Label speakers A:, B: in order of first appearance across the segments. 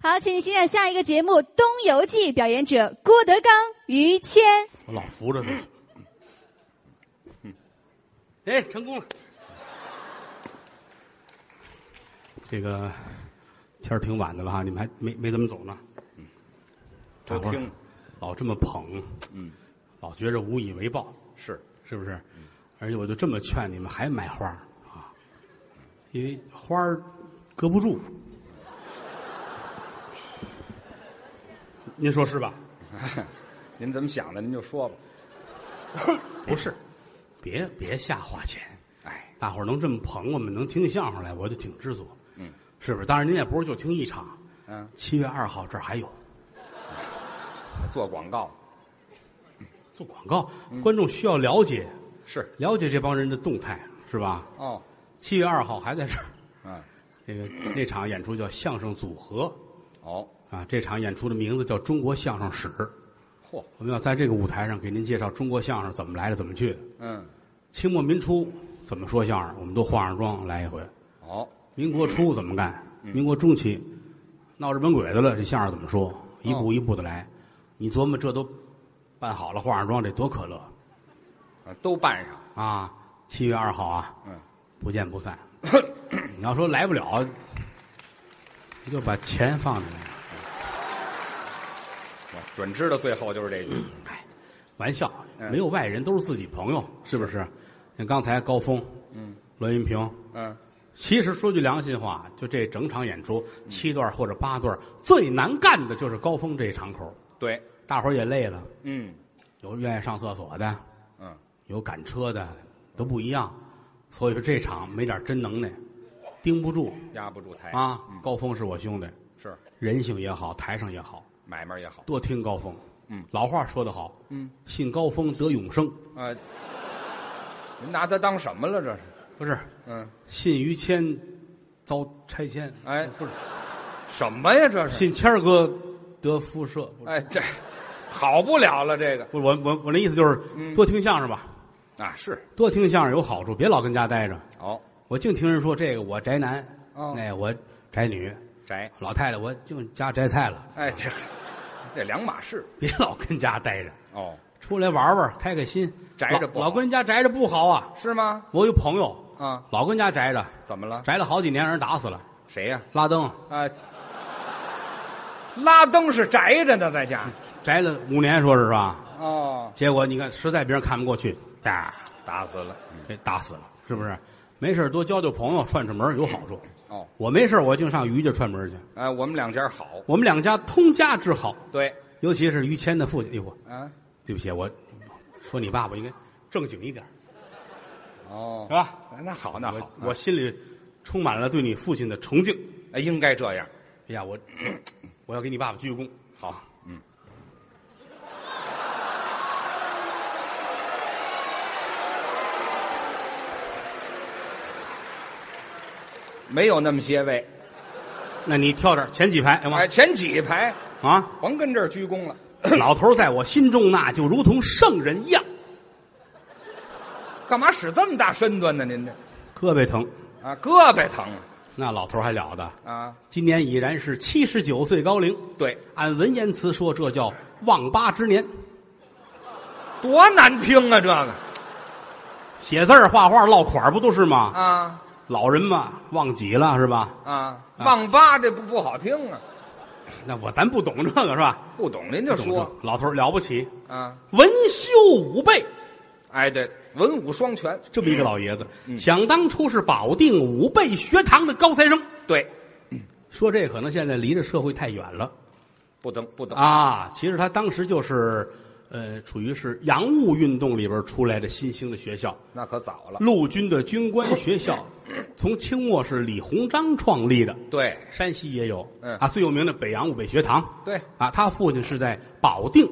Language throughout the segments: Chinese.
A: 好，请欣赏下一个节目《东游记》，表演者郭德纲、于谦。
B: 我老扶着他。
C: 嗯哎，成功了！
B: 这个天儿挺晚的了哈，你们还没没怎么走呢。大
C: 都
B: 伙儿
C: 嗯听
B: 老这么捧，
C: 嗯，
B: 老觉着无以为报，
C: 是
B: 是不是？而且我就这么劝你们，还买花儿啊，因为花儿搁不住。您说是吧？
C: 您怎么想的？您就说吧。
B: 不是，别别瞎花钱。
C: 哎，
B: 大伙儿能这么捧我们，能听起相声来，我就挺知足。嗯，是不是？当然，您也不是就听一场。
C: 嗯，
B: 七月二号这儿还有
C: 做广告
B: 做广告，观众需要了解
C: 是
B: 了解这帮人的动态，是吧？
C: 哦，
B: 七月二号还在这儿，
C: 嗯，
B: 那个那场演出叫相声组合
C: 哦，
B: 啊，这场演出的名字叫《中国相声史》。
C: 嚯，
B: 我们要在这个舞台上给您介绍中国相声怎么来的，怎么去的。
C: 嗯，
B: 清末民初怎么说相声，我们都化上妆来一回。
C: 哦，
B: 民国初怎么干？
C: 嗯
B: 民国中期闹日本鬼子了，这相声怎么
C: 哦
B: 说？一步一步的来。你琢磨这都办好了，化上妆，这多可乐
C: 啊都办上，
B: 啊！七月二号啊，
C: 嗯，
B: 不见不散。你要说来不了，你就把钱放进来。
C: 我准知道最后就是这句。
B: 哎，玩笑，
C: 嗯
B: 没有外人，都是自己朋友，是不是？像刚才高峰，嗯，栾云平，
C: 嗯，
B: 其实说句良心话，就这整场演出
C: 嗯
B: 七段或者八段，最难干的就是高峰这一场口，
C: 对，
B: 大伙儿也累了，
C: 嗯
B: 有愿意上厕所的，
C: 嗯，
B: 有赶车的，都不一样。所以说这场没点真能耐，盯不住
C: 压不住台
B: 啊。高峰是我兄弟，
C: 是
B: 人性也好，台上也好，
C: 买卖也好
B: 多听高峰。
C: 嗯，
B: 老话说得好，嗯，信高峰得永生，
C: 啊。您拿他当什么了？这是？
B: 不是
C: 嗯，
B: 信于谦遭拆迁，
C: 哎
B: 不是
C: 什么呀？这是？
B: 信谦儿哥得辐射。不是
C: 哎，这好不了了。这个
B: 不是我我我那意思就是
C: 嗯
B: 多听相声吧，
C: 啊，是
B: 多听相声有好处，别老跟家待着。
C: 哦，
B: 我净听人说这个我宅男，
C: 哦
B: 那我宅女，
C: 宅。
B: 老太太我净家摘菜了，
C: 哎，这这两码事
B: 别老跟家待着，
C: 哦，
B: 出来玩玩，开开心。
C: 宅着
B: 老
C: 不好
B: 老跟家宅着不好啊。
C: 是吗？
B: 我有朋友
C: 啊，
B: 老跟家宅着，
C: 怎么了？
B: 宅了好几年，让人打死了。
C: 谁呀、
B: 拉登
C: 啊，拉登是宅着呢，在家。
B: 宅了五年，说是吧？
C: 哦，
B: 结果你看，实在别人看不过去，打
C: 打死了。
B: 给打死了，是不是？没事儿多交交朋友，串串门儿有好处。
C: 哦，
B: 我没事儿我净上于家串门儿去。
C: 哎，我们两家好。
B: 我们两家通家之好，
C: 对，
B: 尤其是于谦的父亲。哎呦，
C: 啊，
B: 对不起，我说你爸爸应该正经一点儿，
C: 哦
B: 是，吧？
C: 那好，那好，
B: 我我心里充满了对你父亲的崇敬。
C: 哎，应该这样。
B: 哎呀，我我要给你爸爸鞠个躬。
C: 好，嗯，没有那么些位，
B: 那你跳这儿前几排，哎妈
C: 哎，前几排
B: 啊！
C: 甭跟这儿鞠躬了。
B: 老头儿在我心中那就如同圣人一样，
C: 干嘛使这么大身段呢？您这
B: 胳膊疼。
C: 啊，胳膊疼
B: 那老头儿还了得，
C: 啊！
B: 今年已然是七十九岁高龄。
C: 对，
B: 按文言词说，这叫忘八之年。
C: 多难听啊，这个
B: 写字儿、画画、落款儿不都是吗？
C: 啊
B: 老人嘛，忘己了是吧？
C: 啊，
B: 啊
C: 忘八这不不好听啊，
B: 那我咱不懂这个是吧？
C: 不懂您就
B: 懂
C: 说
B: 这个老头儿了不起，
C: 啊，
B: 文修武备，
C: 哎，对，文武双全，
B: 这么一个老爷子，想当初是保定武备学堂的高材生。
C: 对，
B: 说这可能现在离着社会太远了
C: 不登不登，
B: 啊！其实他当时就是，呃，处于是洋务运动里边出来的新兴的学校，
C: 那可早了，
B: 陆军的军官学校，从清末是李鸿章创立的。
C: 嗯对
B: 山西也有，
C: 嗯
B: 啊，最有名的北洋务北学堂，
C: 对
B: 啊，他父亲是在保定，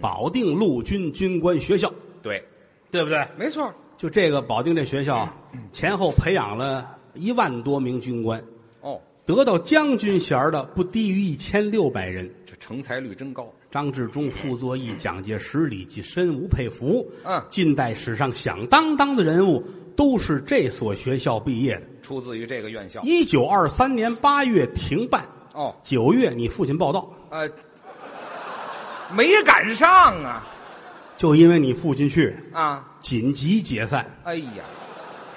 B: 保定陆军军官学校，
C: 对，
B: 对不对？
C: 没错，
B: 就这个保定这学校，啊前后培养了一万多名军官，
C: 哦，
B: 得到将军衔儿的不低于一千六百人。
C: 这成才率真高，
B: 张治中、傅作义、蒋介石、李济深、吴佩孚，
C: 嗯
B: 近代史上响当当的人物都是这所学校毕业的。
C: 出自于这个院校，
B: 一九二三年八月停办，
C: 哦，
B: 九月你父亲报道，
C: 呃，没赶上啊
B: 就因为你父亲去，
C: 啊！
B: 紧急解散。
C: 哎呀，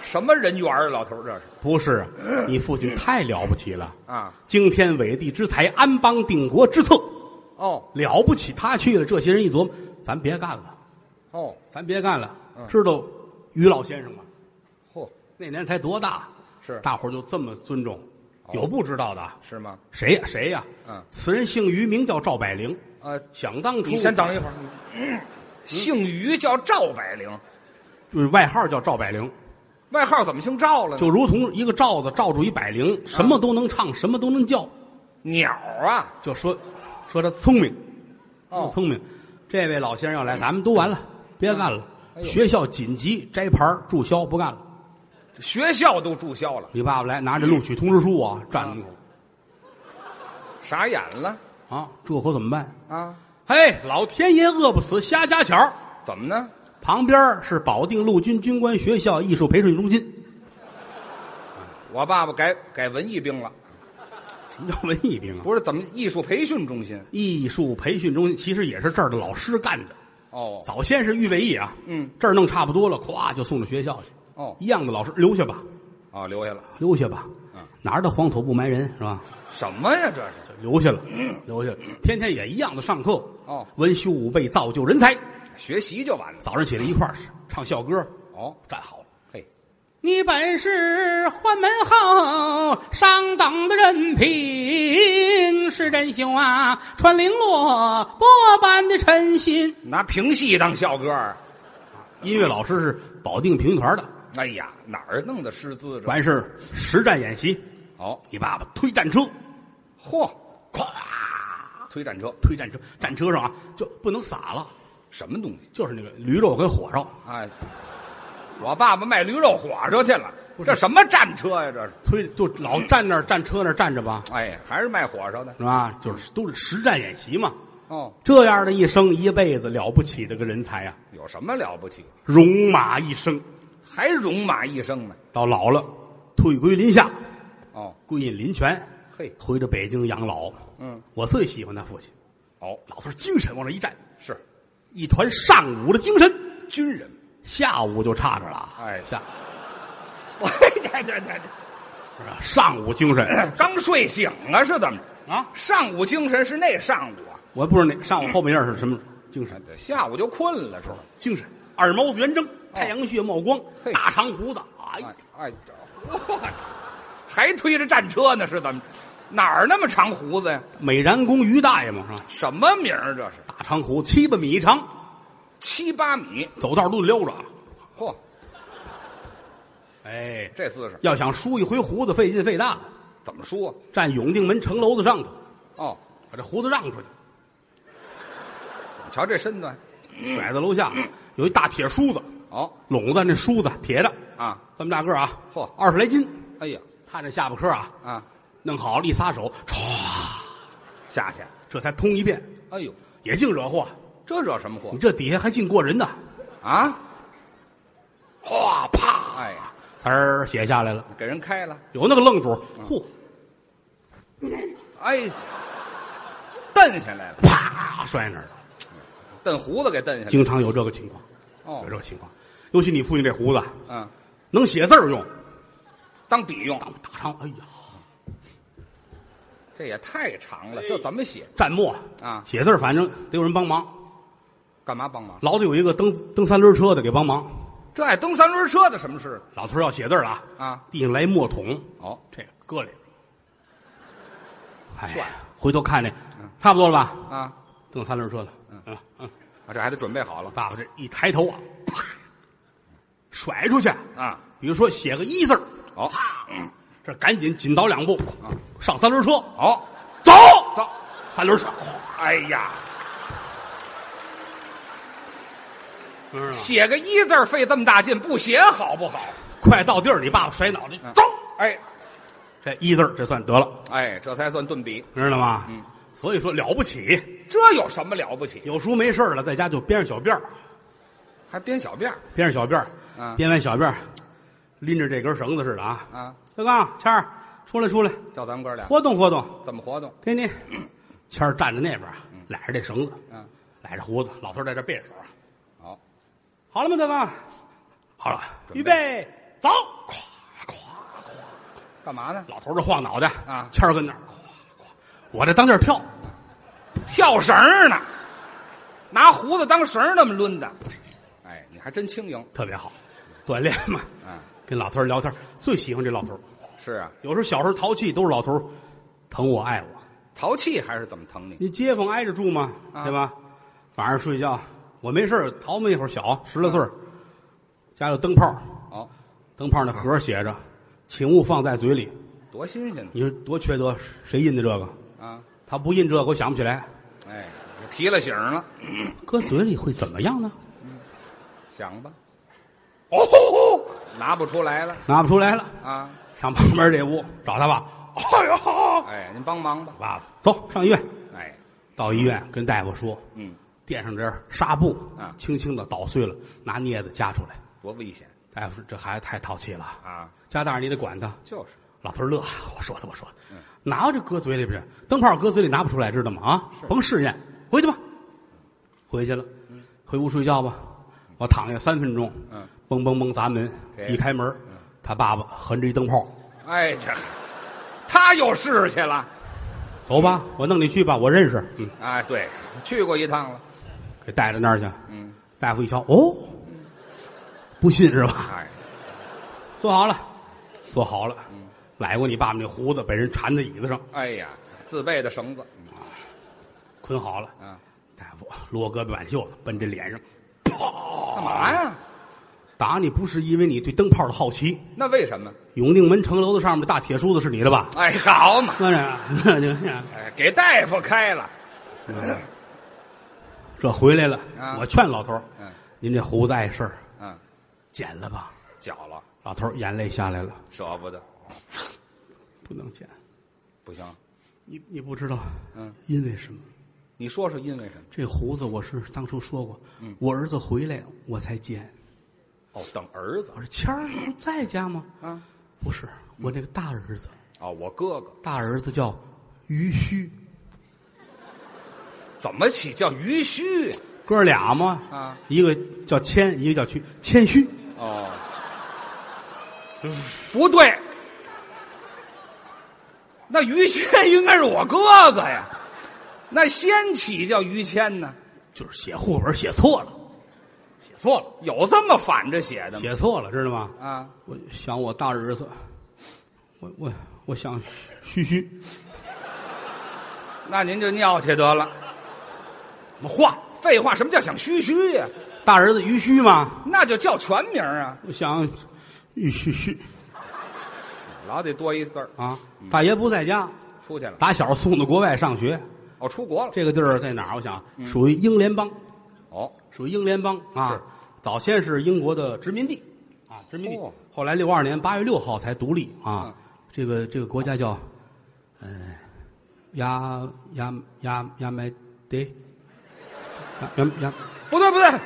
C: 什么人缘啊，老头儿这是
B: 不是，啊你父亲太了不起了，
C: 啊？
B: 惊天伟地之才，安邦定国之策，
C: 哦
B: 了不起。他去了，这些人一琢磨，咱别干了，
C: 哦，
B: 咱别干了。
C: 嗯
B: 知道于老先生吗？
C: 嚯，
B: 那年才多大？
C: 是哦
B: 大伙儿就这么尊重，有不知道的啊？
C: 是吗？
B: 谁呀、谁呀、
C: 嗯
B: 此人姓于，名叫赵百灵。
C: 呃，
B: 想当初，
C: 你先等一会儿。你姓于叫赵百灵，
B: 就是外号叫赵百灵，
C: 外号怎么姓赵了呢？
B: 就如同一个罩子罩住一百灵，
C: 嗯
B: 什么都能唱，什么都能叫。
C: 鸟啊！
B: 就说说他聪明，
C: 哦嗯
B: 聪明。这位老先生要来，咱们都完了，别干了。
C: 哎呦
B: 学校紧急摘牌儿注销，不干了。
C: 学校都注销了，
B: 你爸爸来拿着录取通知书啊，站门口
C: 傻眼了
B: 啊，这可怎么办？
C: 啊？
B: 嘿，老天爷饿不死瞎家巧儿。
C: 怎么呢？
B: 旁边是保定陆军军官学校艺术培训中心，
C: 我爸爸改改文艺兵了，
B: 什么叫文艺兵啊？
C: 不是怎么艺术培训中心
B: 艺术培训中心其实也是这儿的老师干的。
C: 哦
B: 早先是预备役啊，
C: 嗯，
B: 这儿弄差不多了，咵就送到学校去。
C: 哦
B: 一样的老师留下吧，
C: 哦，留下了
B: 留下吧
C: 嗯，
B: 哪儿的黄土不埋人是吧？
C: 什么呀？这是
B: 就留下了，留下了，天天也一样的上课。
C: 哦
B: 文修武备，造就人才。
C: 学习就完了
B: 早上起来一块儿唱校歌，
C: 哦，
B: 站好了。
C: 嘿，
B: 你本是宦门后上等的人品，是真秀啊，穿绫罗波般的称心。
C: 拿评戏当校歌儿，
B: 音乐老师是保定评剧团的，
C: 哎呀，哪儿弄的师资这？
B: 完事儿实战演习，
C: 哦，
B: 你爸爸推战车，
C: 嚯，
B: 咵
C: 推战车
B: 推战车，战车上啊就不能撒了，
C: 什么东西？
B: 就是那个驴肉跟火烧，
C: 哎，我爸爸卖驴肉火烧去了，这什么战车呀？这是
B: 推就老站那儿站车那儿站着吧，
C: 哎，还是卖火烧的
B: 是吧？就是都是实战演习嘛。
C: 哦，
B: 这样的一生一辈子了不起的个人才啊，
C: 有什么了不起？
B: 戎马一生。
C: 还戎马一生呢？
B: 到老了，退归林下，
C: 哦，
B: 归隐林泉，
C: 嘿，
B: 回到北京养老。
C: 嗯，
B: 我最喜欢他父亲，
C: 哦，
B: 老头儿精神往那一站，
C: 是
B: 一团上午的精神，
C: 军人。
B: 下午就差着了啊。
C: 哎
B: 下
C: 对对对，
B: 是吧上午精神
C: 刚睡醒啊，是怎么着？
B: 啊，
C: 上午精神是那上午啊，
B: 我不知道那上午后半夜是什么精神，
C: 哎下午就困了，是吧？
B: 精神。二毛圆睁，太阳穴冒光，
C: 哦嘿
B: 大长胡子，哎呀，
C: 哎，这我还推着战车呢，是怎么着？哪儿那么长胡子呀？
B: 美髯公于大爷嘛是吧？
C: 什么名儿这是？
B: 大长胡子，七八米长，
C: 七八米，
B: 走道都得溜着啊。
C: 嚯，
B: 哎，
C: 这姿势
B: 要想梳一回胡子，费劲费大。
C: 怎么说？
B: 站永定门城楼子上头，
C: 哦，
B: 把这胡子让出去，
C: 你瞧这身段，
B: 甩在楼下。有一大铁梳子，
C: 哦
B: 拢子，那梳子铁的，
C: 啊，
B: 这么大个儿啊，
C: 嚯
B: 二十来斤。
C: 哎呀
B: 他这下巴颏啊，
C: 啊，
B: 弄好了，一撒手，歘，
C: 下去，
B: 这才通一遍，
C: 哎呦，
B: 也净惹祸。
C: 这惹什么祸
B: 你这底下还净过人呢，
C: 啊？
B: 哗啪，
C: 哎呀，
B: 词儿写下来了。
C: 给人开了，
B: 有那个愣主，嚯，
C: 哎，蹬下来了，
B: 啪摔那儿了。
C: 蹬胡子给蹬下来了，
B: 经常有这个情况，有
C: 哦
B: 这，个情况。尤其你父亲这胡子啊
C: 嗯，
B: 能写字儿用，
C: 当笔用，
B: 大大长，哎呀，
C: 这也太长了，这怎么写？
B: 蘸墨
C: 啊
B: 写字儿反正得有人帮忙。
C: 干嘛帮忙？
B: 老得有一个蹬蹬三轮车的给帮忙。
C: 这爱蹬三轮车的什么事？
B: 老头儿要写字儿了
C: 啊，
B: 地上来墨桶，
C: 哦，
B: 这个搁里。哎
C: 帅
B: 呀，回头看那，差不多了吧？
C: 啊，
B: 蹬三轮车的，嗯嗯，
C: 啊这还得准备好了
B: 爸爸这一抬头啊，啪，甩出去。
C: 啊。
B: 比如说写个一字儿，
C: 好，
B: 这赶紧紧倒两步，上三轮车，
C: 好，
B: 啊走
C: 走。
B: 三轮车，
C: 哎呀，
B: 知道吗
C: 写个一字儿费这么大劲，不写好不好？
B: 快到地儿，你爸爸甩脑袋，走。
C: 哎
B: 这一字儿这算得了，
C: 哎，这才算顿笔，
B: 知道吗？嗯，所以说了不起。
C: 这有什么了不起？
B: 有时候没事儿了，在家就编上小辫儿。
C: 还编小辫儿
B: 编上小辫儿，
C: 嗯
B: 编完小辫儿，拎着这根绳子似的啊。
C: 啊？
B: 德刚，谦儿，出来出来，
C: 叫咱们哥俩
B: 活动活动，
C: 怎么活动？
B: 给你。谦儿站在那边啊，揽着这绳子，
C: 嗯，
B: 揽着胡子，老头儿在这背着手啊。
C: 好，
B: 好了吗，德刚？好了，
C: 准备
B: 预备，走！咵咵，
C: 干嘛呢？
B: 老头儿这晃脑袋
C: 啊
B: 谦儿跟那儿咵咵，我这当劲儿跳，
C: 跳绳儿呢，拿胡子当绳儿那么抡的。哎，你还真轻盈
B: 特别好，锻炼嘛。
C: 啊！
B: 跟老头儿聊天儿，最喜欢这老头儿。
C: 是啊，
B: 有时候小时候淘气都是老头儿疼我爱我。
C: 淘气还是怎么疼你？
B: 你街坊挨着住嘛，
C: 啊
B: 对吧？晚上睡觉，我没事儿淘嘛一会儿小，十来岁
C: 啊
B: 儿家有灯泡，
C: 哦，
B: 灯泡那盒儿写着“请勿放在嘴里
C: 多新鲜”，
B: 你说多缺德，谁印的这个？
C: 啊！
B: 他不印这个，我想不起来，
C: 哎，提了醒了，
B: 搁嘴里会怎么样呢？
C: 想吧。哦吼吼，拿不出来了
B: 拿不出来了，
C: 啊！
B: 上旁边这屋找他爸。哎呀，
C: 哎，您帮忙吧。
B: 爸爸，走上医院，
C: 哎，
B: 到医院跟大夫说，
C: 嗯，
B: 垫上点儿纱布
C: 啊
B: 轻轻的捣碎了，拿镊子夹出来。
C: 多危险
B: 大夫说这孩子太淘气了，
C: 啊！
B: 家大人你得管他。
C: 就是
B: 老头儿乐，啊我说的，我说的，哪有这搁嘴里边儿？灯泡搁嘴里拿不出来，知道吗？啊，甭试验，回去吧。回去了，回屋睡觉吧。我躺下三分钟，
C: 嗯，
B: 嘣嘣嘣砸门，
C: 谁
B: 一开门，他爸爸横着一灯泡，
C: 哎，这他有事去了。
B: 走吧，我弄你去吧，我认识，嗯，
C: 啊，对，去过一趟了。
B: 给带到那儿去。
C: 嗯，
B: 大夫一瞧，哦，不信是吧？
C: 哎，
B: 坐好了，坐好了，
C: 嗯
B: 揽过你爸爸那胡子，被人缠在椅子上，
C: 哎呀，自备的绳子
B: 捆好了。
C: 啊，
B: 大夫撸胳膊挽袖子，奔这脸上，
C: 干嘛呀？
B: 打你不是因为你对灯泡的好奇。
C: 那为什么？
B: 永定门城楼子上面的大铁梳子是你的吧？
C: 哎，好嘛，
B: 那 这，那这，
C: 哎，给大夫开了。
B: 这回来了
C: 嗯啊。
B: 我劝老头儿
C: 嗯，
B: 您这胡子碍事儿，
C: 嗯，
B: 剪了吧。
C: 绞了，
B: 老头儿眼泪下来了，
C: 舍不得，
B: 不能剪。
C: 不行。
B: 你你不知道，
C: 嗯，
B: 因为什么？
C: 你说说因为什么？
B: 这胡子我是当初说过，
C: 嗯
B: 我儿子回来我才剪。
C: 哦，等儿子
B: 我说谦儿不在家吗？
C: 啊。
B: 不是，我那个大儿子，
C: 哦，我哥哥
B: 大儿子叫于须，
C: 怎么起叫于啊须？
B: 哥俩嘛，
C: 啊，
B: 一个叫谦，一个叫屈，谦虚。
C: 哦，不对，那于谦应该是我哥哥呀。那先起叫于谦呢？
B: 就是写户口本写错了，写错了，
C: 有这么反着写的吗？
B: 写错了，知道吗？
C: 啊，
B: 我想我大儿子，我我我想嘘嘘，
C: 那您就尿去得了。
B: 什么话？
C: 废话，什么叫想虚虚呀、
B: 大儿子于须嘛，
C: 那就叫全名啊，
B: 我想于嘘嘘
C: 老得多一字儿。
B: 啊。大爷不在家，
C: 出去了，
B: 打小送到国外上学，
C: 哦，出国了。
B: 这个地儿在哪儿？我想
C: 嗯
B: 属于英联邦，
C: 哦，
B: 属于英联邦啊
C: 是。
B: 早先是英国的殖民地啊，殖民地
C: 哦。
B: 后来六二年八月六号才独立啊
C: 嗯。
B: 这个这个国家叫，呃，亚亚亚亚美得，亚亚亚。
C: 不对不对，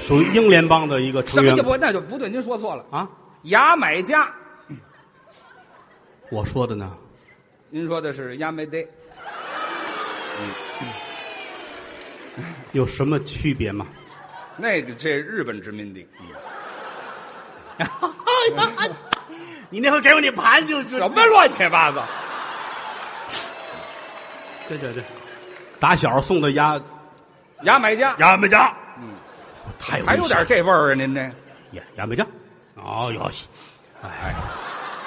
B: 属于英联邦的一个
C: 什
B: 成
C: 么
B: 员
C: 叫不？那就不对，您说错了。
B: 啊！
C: 牙买加，
B: 我说的呢，
C: 您说的是牙买得，
B: 有什么区别吗？
C: 那个这日本殖民地。哎
B: 你那回给我那盘就就
C: 什么乱七八糟？
B: 对对对，打小送的鸭
C: 牙买加
B: 牙买加，嗯，太危险
C: 还有点这味儿啊！您这
B: 牙牙买加，哦哟，哎，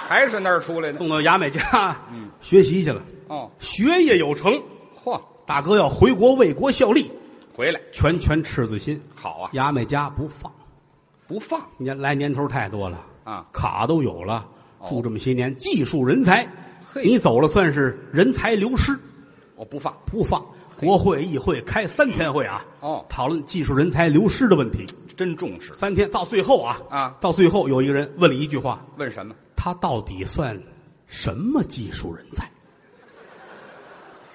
C: 还是那儿出来的
B: 送到牙买加，
C: 嗯
B: 学习去了，
C: 哦。
B: 学业有成，
C: 嚯，
B: 大哥要回国为国效力，
C: 回来
B: 拳拳赤子心，
C: 好啊，
B: 牙买加不放，
C: 不放
B: 年来年头太多了
C: 啊
B: 卡都有了，
C: 哦
B: 住这么些年，技术人才，
C: 嘿
B: 你走了算是人才流失，
C: 我不放，
B: 不放。国会、议会开三天会啊，
C: 哦
B: 讨论技术人才流失的问题，
C: 真重视。
B: 三天到最后啊，
C: 啊
B: 到最后有一个人问了一句话：
C: 问什么？
B: 他到底算什么技术人才？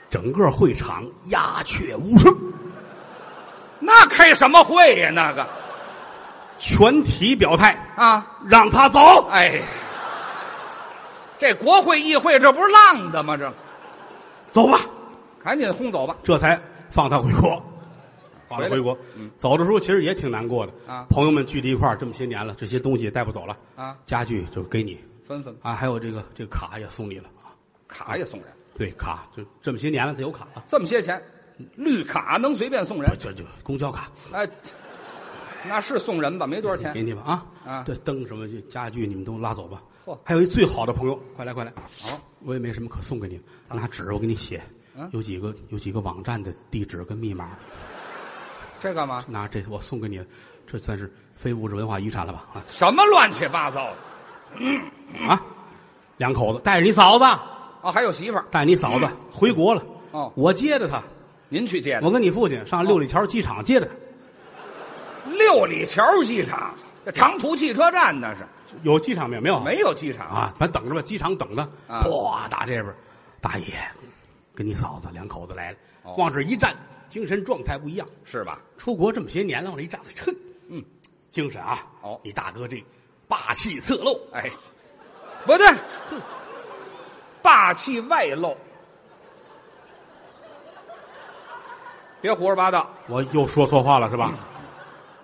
B: 整个会场鸦雀无声，
C: 那开什么会呀？那个
B: 全体表态，
C: 啊，
B: 让他走。
C: 哎，这国会、议会，这不是浪的吗？这
B: 走吧，
C: 赶紧轰走吧！
B: 这才放他回国，放他
C: 回来嗯
B: 回国。走的时候其实也挺难过的
C: 啊
B: 朋友们聚在一块儿这么些年了，这些东西也带不走了
C: 啊，
B: 家具就给你
C: 分分
B: 啊，还有这个这个卡也送你了啊。
C: 卡也送人，
B: 对，卡就这么些年了，他有卡了，
C: 这么些钱，绿卡能随便送人
B: 不？就就公交卡
C: 哎，那是送人吧？没多少钱
B: 给你吧啊
C: 啊
B: 这灯什么这家具你们都拉走吧
C: 嚯。啊
B: 还有一最好的朋友，快来快来，
C: 好，
B: 我也没什么可送给你，拿纸我给你写
C: 啊嗯，
B: 有几个有几个网站的地址跟密码，
C: 这干嘛？
B: 拿这我送给你，这算是非物质文化遗产了吧啊。
C: 什么乱七八糟的
B: 啊，两口子带着你嫂子，
C: 啊！还有媳妇儿，
B: 带着你嫂子回国了。
C: 嗯哦嗯
B: 我接着他，
C: 您去接的
B: 我跟你父亲上六里桥机场接着
C: 嗯
B: 他，
C: 六里桥机场，这长途汽车站那是
B: 有机场没有？没有，
C: 没有机场。
B: 啊，咱等着吧，机场等着。
C: 啊
B: 嚯，打这边，大爷跟你嫂子两口子来了，
C: 哦
B: 往这一站，精神状态不一样。
C: 是吧？
B: 出国这么些年了，往这一站，哼，
C: 嗯，
B: 精神啊！
C: 哦
B: 你大哥这霸气侧漏，
C: 哎，不对，霸气外露，别胡说八道。
B: 我又说错话了是吧？嗯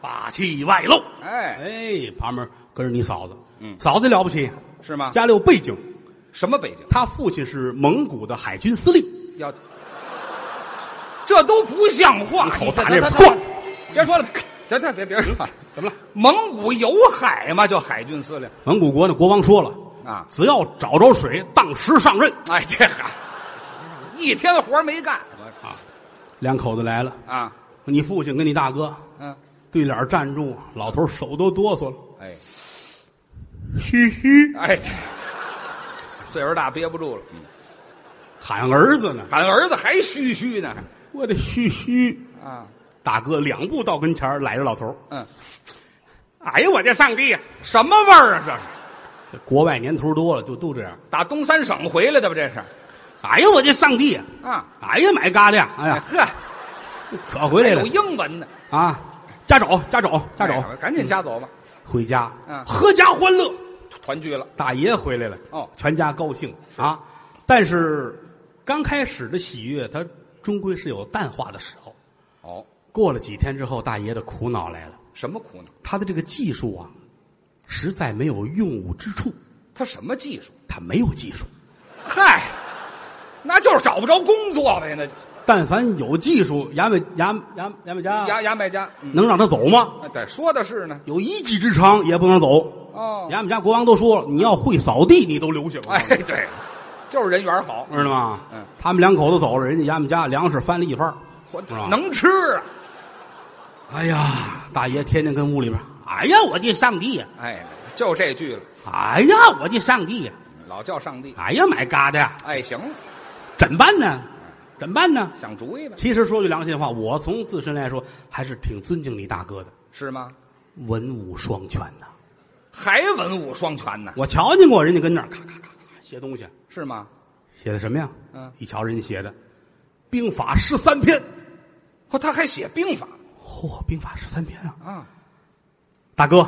B: 霸气外露。
C: 哎，
B: 哎，旁边跟着你嫂子，
C: 嗯
B: 嫂子了不起，
C: 是吗？
B: 家里有背景，
C: 什么北京？
B: 他父亲是蒙古的海军司令，
C: 要这都不像话！
B: 口
C: 你
B: 打
C: 这
B: 那边
C: 这
B: 咣
C: 这别说了，这这别别说了。
B: 怎么了？
C: 蒙古有海吗？就海军司令
B: 蒙古国的国王说了，
C: 啊！
B: 只要找着水，当时上任。
C: 哎，这海一天活没干
B: 两口子来了，
C: 啊！
B: 你父亲跟你大哥
C: 嗯，
B: 对脸站住，啊老头手都哆嗦了，
C: 哎
B: 嘘嘘，
C: 哎，这岁数大憋不住了，嗯
B: 喊儿子呢，
C: 喊儿子还虚虚呢
B: 我得嘘嘘。
C: 啊！
B: 大哥两步到跟前儿揽着老头儿
C: 嗯，
B: 哎呀，我这上帝呀、
C: 什么味儿啊？这是
B: 这国外年头多了，就都这样。
C: 打东三省回来的吧？这是
B: 哎呀，我这上帝呀、
C: 啊！
B: 哎呀，买嘎的呀！哎
C: 哎
B: 呀，
C: 呵，
B: 哎可回来了
C: 有英文呢，
B: 啊！家长，家长，家
C: 哎
B: 长，
C: 赶紧夹走吧，
B: 回家
C: 嗯，
B: 阖家欢乐。
C: 团聚了。
B: 大爷回来了，
C: 哦
B: 全家高兴啊！但是刚开始的喜悦，它终归是有淡化的时候。
C: 哦，
B: 过了几天之后，大爷的苦恼来了，
C: 什么苦呢？
B: 他的这个技术啊，实在没有用武之处，
C: 他什么技术？
B: 他没有技术。
C: 嗨，那就是找不着工作呗，那就
B: 但凡有技术，牙买牙牙牙买加
C: 牙牙买加。嗯，
B: 能让他走吗？
C: 哎对，说的是呢。
B: 有一技之长也不能走。
C: 哦，
B: 牙买加国王都说了，你要会扫地，你都留下吧
C: 哎，，对，就是人缘好，
B: 知道吗？
C: 嗯，
B: 他们两口子走了，人家牙买加粮食翻了一番儿。
C: 活
B: 是吧
C: 能吃啊。
B: 哎呀，大爷天天跟屋里边儿，哎呀，我的上帝呀，
C: 哎，就这句了，
B: 哎呀，我的上帝呀，
C: 老叫上帝。
B: 哎呀，买嘎的呀，
C: 哎，行了，
B: 怎办呢？怎办呢？
C: 想主意了，
B: 其实说句良心话，我从自身来说，还是挺尊敬你大哥的，
C: 是吗？
B: 文武双全呐、
C: 还文武双全呢，
B: 我瞧见过人家跟那儿咔咔咔咔写东西，
C: 是吗？
B: 写的什么呀？
C: 嗯
B: 一瞧人家写的《兵法》十三篇，
C: 嚯，他还写兵法
B: 嚯、兵法》十三篇啊！
C: 啊！
B: 大哥，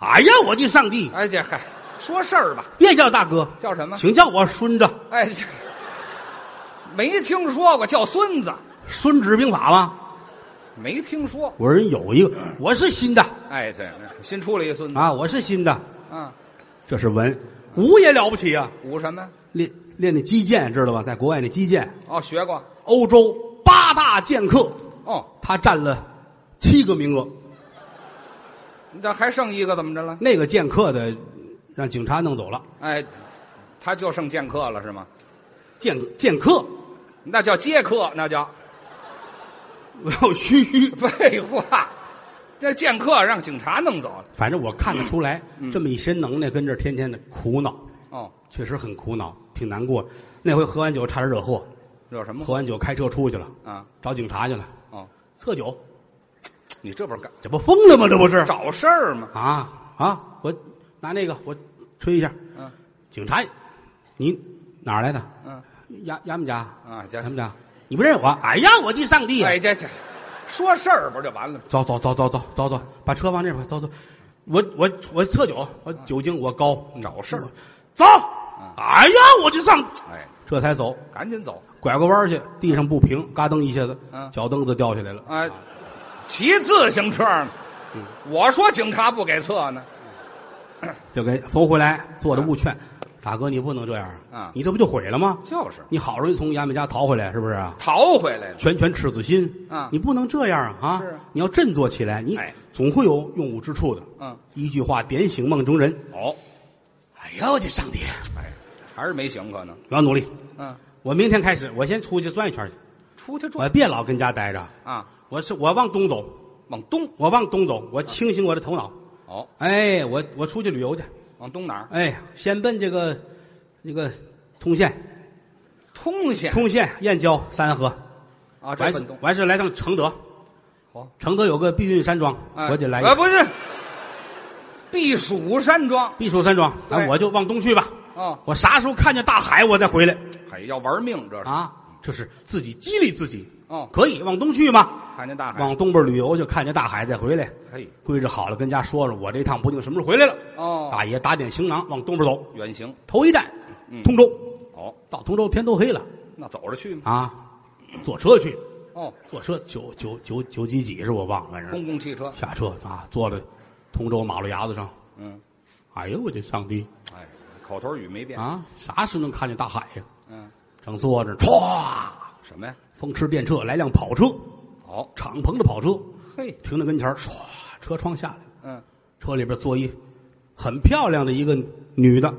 B: 哎呀，我的上帝！
C: 哎，这嗨，说事儿吧，
B: 别叫大哥，
C: 叫什么？
B: 请叫我孙子，
C: 哎，这没听说过叫孙子，
B: 《孙子兵法》吗？
C: 没听说。
B: 我说人有一个，我是新的
C: 哎，对，新出了一孙子
B: 啊，我是新的，
C: 啊，
B: 这是文，武也了不起啊！
C: 武什么呀？
B: 练练那击剑，知道吧？在国外那击剑，
C: 哦，学过
B: 欧洲八大剑客，
C: 哦，
B: 他占了七个名额。
C: 这还剩一个怎么着了？
B: 那个剑客的让警察弄走了，
C: 哎，他就剩剑客了是吗？
B: 剑剑客，
C: 那叫接客，那叫
B: 我要嘘嘘。
C: 废话。这剑客让警察弄走了。
B: 反正我看得出来，
C: 嗯
B: 这么一身能耐，跟这儿天天的苦恼，
C: 哦，
B: 确实很苦恼，挺难过。那回喝完酒差点惹祸，
C: 惹什么
B: 喝完酒开车出去了，
C: 啊？
B: 找警察去了，
C: 哦，
B: 测酒，
C: 你这不是干
B: 这不疯了吗？这不是
C: 找事儿吗？
B: 啊啊！我拿那个我吹一下，
C: 嗯
B: 警察，你哪儿来的？
C: 嗯
B: 牙牙买加
C: 啊，
B: 牙
C: 这
B: 买加，你不认识我？哎呀，我的上帝啊！
C: 哎这这，说事儿不就完了吗？
B: 走走走走走走走，把车往这边走走。我我我测酒，我酒精我高，
C: 找事儿
B: 我。走，哎呀，我就上，
C: 哎，
B: 这才走，
C: 赶紧走，
B: 拐个弯儿去，地上不平，嘎噔一下子，
C: 嗯
B: 脚蹬子掉下来了。
C: 哎，骑自行车呢。我说警察不给测呢，
B: 就给扶回来，坐着不劝，大哥你不能这样
C: 啊
B: 你这不就毁了吗？
C: 就是
B: 你好容易从衙门家逃回来，是不是啊？
C: 逃回来了。
B: 拳拳赤子心
C: 啊
B: 你不能这样嗯啊！
C: 是啊
B: 你要振作起来，你
C: 哎
B: 总会有用武之处的。
C: 嗯，
B: 一句话点醒梦中人。
C: 哦，
B: 哎呦我的上帝！
C: 哎，还是没行可能。
B: 我要努力，
C: 嗯，
B: 我明天开始，我先出去转一圈去，
C: 出去
B: 我
C: 转
B: 别老跟家待着。
C: 啊，
B: 我是我往东走，
C: 往东。
B: 我往东走，我清醒我的头脑。
C: 哦，
B: 哎，我我出去旅游去。
C: 往东哪儿？
B: 哎，先奔这个那个通县，
C: 通县
B: 通县、燕郊、三河。
C: 啊，这
B: 完
C: 奔
B: 事
C: 东。
B: 完事来趟承德
C: 好，
B: 承德有个避孕山庄，
C: 哎
B: 我得来一
C: 呃，
B: 个
C: 不是，避暑山庄。
B: 避暑山庄，
C: 对
B: 那我就往东去吧。
C: 哦，
B: 我啥时候看见大海，我再回来
C: 哎，要玩命这是。
B: 啊！这是自己激励自己，
C: 哦，
B: 可以往东去嘛，
C: 看见大海。
B: 往东边旅游就看见大海再回来。
C: 嘿，
B: 规置好了，跟家说说，我这趟不定什么时候回来了。
C: 哦，
B: 大爷打点行囊，往东边走，
C: 远行。
B: 头一站
C: 嗯
B: 通州，
C: 哦，
B: 到通州天都黑了
C: 那走着去吗？
B: 啊，坐车去，
C: 哦，
B: 坐车九九九九几几是我忘了，反正
C: 公共汽车。
B: 下车啊，坐在通州马路牙子上。
C: 嗯，
B: 哎呦我的上帝
C: 哎，口头语没变。
B: 啊！啥时候能看见大海呀、
C: 嗯，
B: 正坐着，歘，
C: 什么呀？
B: 风驰电掣来辆跑车，
C: 哦，
B: 敞篷的跑车
C: 嘿，
B: 停在跟前儿唰，车窗下来，
C: 嗯，
B: 车里边坐一很漂亮的一个女的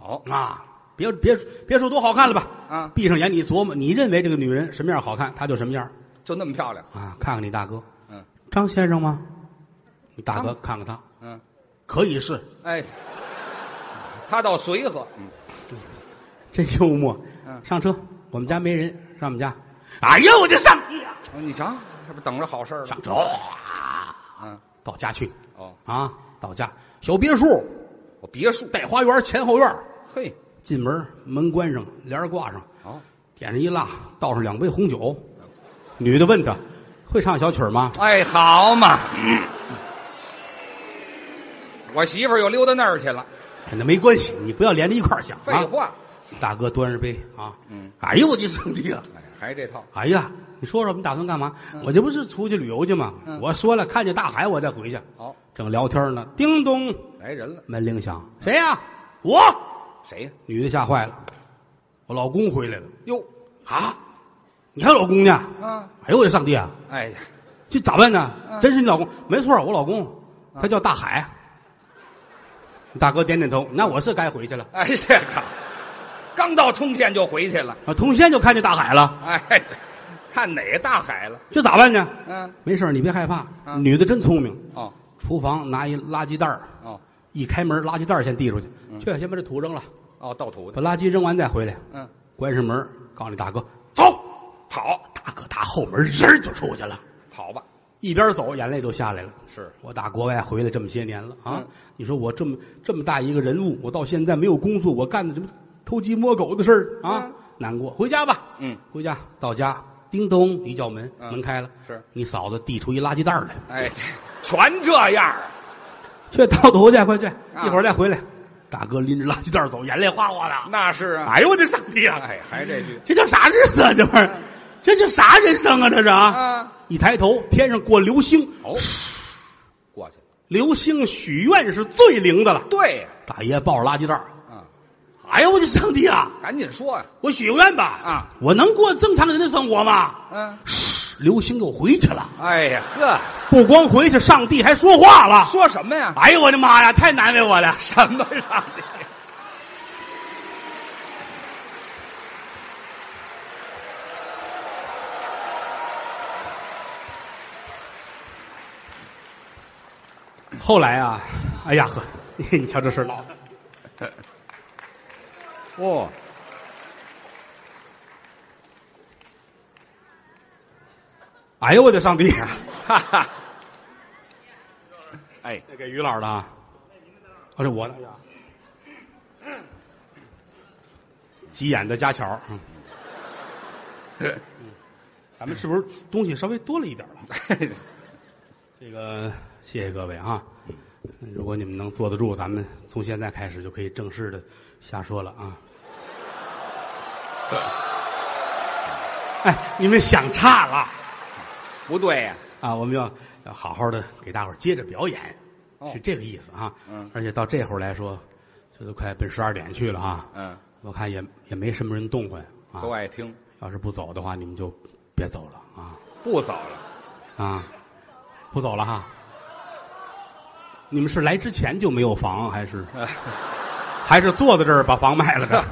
C: 哦，
B: 啊！别别别说多好看了吧？
C: 啊
B: 闭上眼你琢磨，你认为这个女人什么样好看，她就什么样
C: 就那么漂亮。
B: 啊！看看你大哥，
C: 嗯，
B: 张先生吗？你大哥看看他，
C: 嗯，
B: 可以是
C: 哎，他倒随和。嗯，
B: 真幽默。
C: 嗯
B: 上车，我们家没人，上我们家。哎呀，我就上
C: 哦你瞧，这不等着好事儿了。
B: 上车，哇
C: 嗯，
B: 到家去
C: 哦，
B: 啊，到家小别墅
C: 我别墅。
B: 带花园，前后院儿
C: 嘿，
B: 进门门关上，帘儿挂上，
C: 哦，
B: 点上一蜡，倒上两杯红酒。女的问他：“会唱小曲儿吗
C: 哎，好嘛。我媳妇儿又溜到那儿去了。？”
B: 那没关系，你不要连着一块儿想
C: 废
B: 啊。
C: 话，
B: 大哥端着杯啊，
C: 嗯，
B: 哎呦我的上帝啊！
C: 哎，还这套。
B: 哎呀，你说说我们打算干嘛？
C: 嗯
B: 我这不是出去旅游去吗？我说了，看见大海我再回去。
C: 好，
B: 正聊天呢，叮咚，
C: 来人了。
B: 门铃响，谁呀、我。
C: 谁呀？
B: 女的吓坏了，我老公回来了
C: 哟，
B: 啊！你还有老公呢？
C: 啊，
B: 哎呦我的上帝啊！
C: 哎呀，
B: 这咋办呢？
C: 嗯
B: 真是你老公？没错，我老公，他叫大海。大哥点点头，那我是该回去了。
C: 哎这好，刚到通县就回去了。
B: 啊，通县就看见大海了，
C: 哎，这看哪个大海了？
B: 这咋办呢？
C: 嗯，
B: 没事儿你别害怕。
C: 嗯
B: 女的真聪明，
C: 哦
B: 厨房拿一垃圾袋儿
C: 哦
B: 一开门垃圾袋儿先递出去，
C: 嗯
B: 去先把这土扔了，
C: 哦，倒土的。
B: 把垃圾扔完再回来，
C: 嗯，
B: 关上门，告诉你大哥，
C: 走，跑
B: 大哥打后门人儿就出去了，
C: 跑吧。
B: 一边走眼泪就下来了。
C: 是
B: 我打国外回来这么些年了啊！
C: 嗯
B: 你说我这么这么大一个人物，我到现在没有工作，我干的什么偷鸡摸狗的事儿啊？
C: 嗯
B: 难过，回家吧。
C: 嗯，
B: 回家到家，叮咚一叫门，
C: 嗯
B: 门开了，
C: 是
B: 你嫂子递出一垃圾袋儿来，
C: 哎， 这全这样啊。
B: 去倒头去，快去，一会儿再回来。大哥拎着垃圾袋儿走，眼泪哗哗的。
C: 那是啊。
B: 哎呦我的上帝啊！
C: 哎，还这句
B: 这叫啥日子啊？这玩意儿，这叫啥人生啊？这是啊！
C: 啊，
B: 一抬头，天上过流星，
C: 哦，过去了。
B: 流星许愿是最灵的了。
C: 对呀，
B: 大爷抱着垃圾袋儿
C: 啊，
B: 哎呦我的上帝啊！
C: 赶紧说呀。
B: 我许个愿吧！
C: 啊，
B: 我能过正常人的生活吗？
C: 嗯，
B: 流星又回去了，
C: 哎呀呵，
B: 不光回去，上帝还说话了。
C: 说什么呀？
B: 哎呦我的妈呀，太难为我了！
C: 什么上帝？
B: 后来啊，哎呀呵，你瞧这事儿闹的，
C: 哦，
B: 哎呦我的上帝啊！
C: 哈哈。哎，
B: 这给于老的啊，哦，这我的。哎呀急眼的家巧儿，嗯咱们是不是东西稍微多了一点儿了？这个谢谢各位啊，如果你们能坐得住，咱们从现在开始就可以正式的瞎说了啊。哎，你们想差了
C: 不对呀、
B: 啊！我们要要好好的给大伙儿接着表演，
C: 哦
B: 是这个意思啊。
C: 嗯，
B: 而且到这会儿来说，这都快奔十二点去了啊。
C: 嗯，
B: 我看也也没什么人动换啊
C: 都。爱听，
B: 要是不走的话，你们就别走了啊
C: 不早了，
B: 啊，不走了哈。你们是来之前就没有房，还 是还是坐在这儿把房卖了的？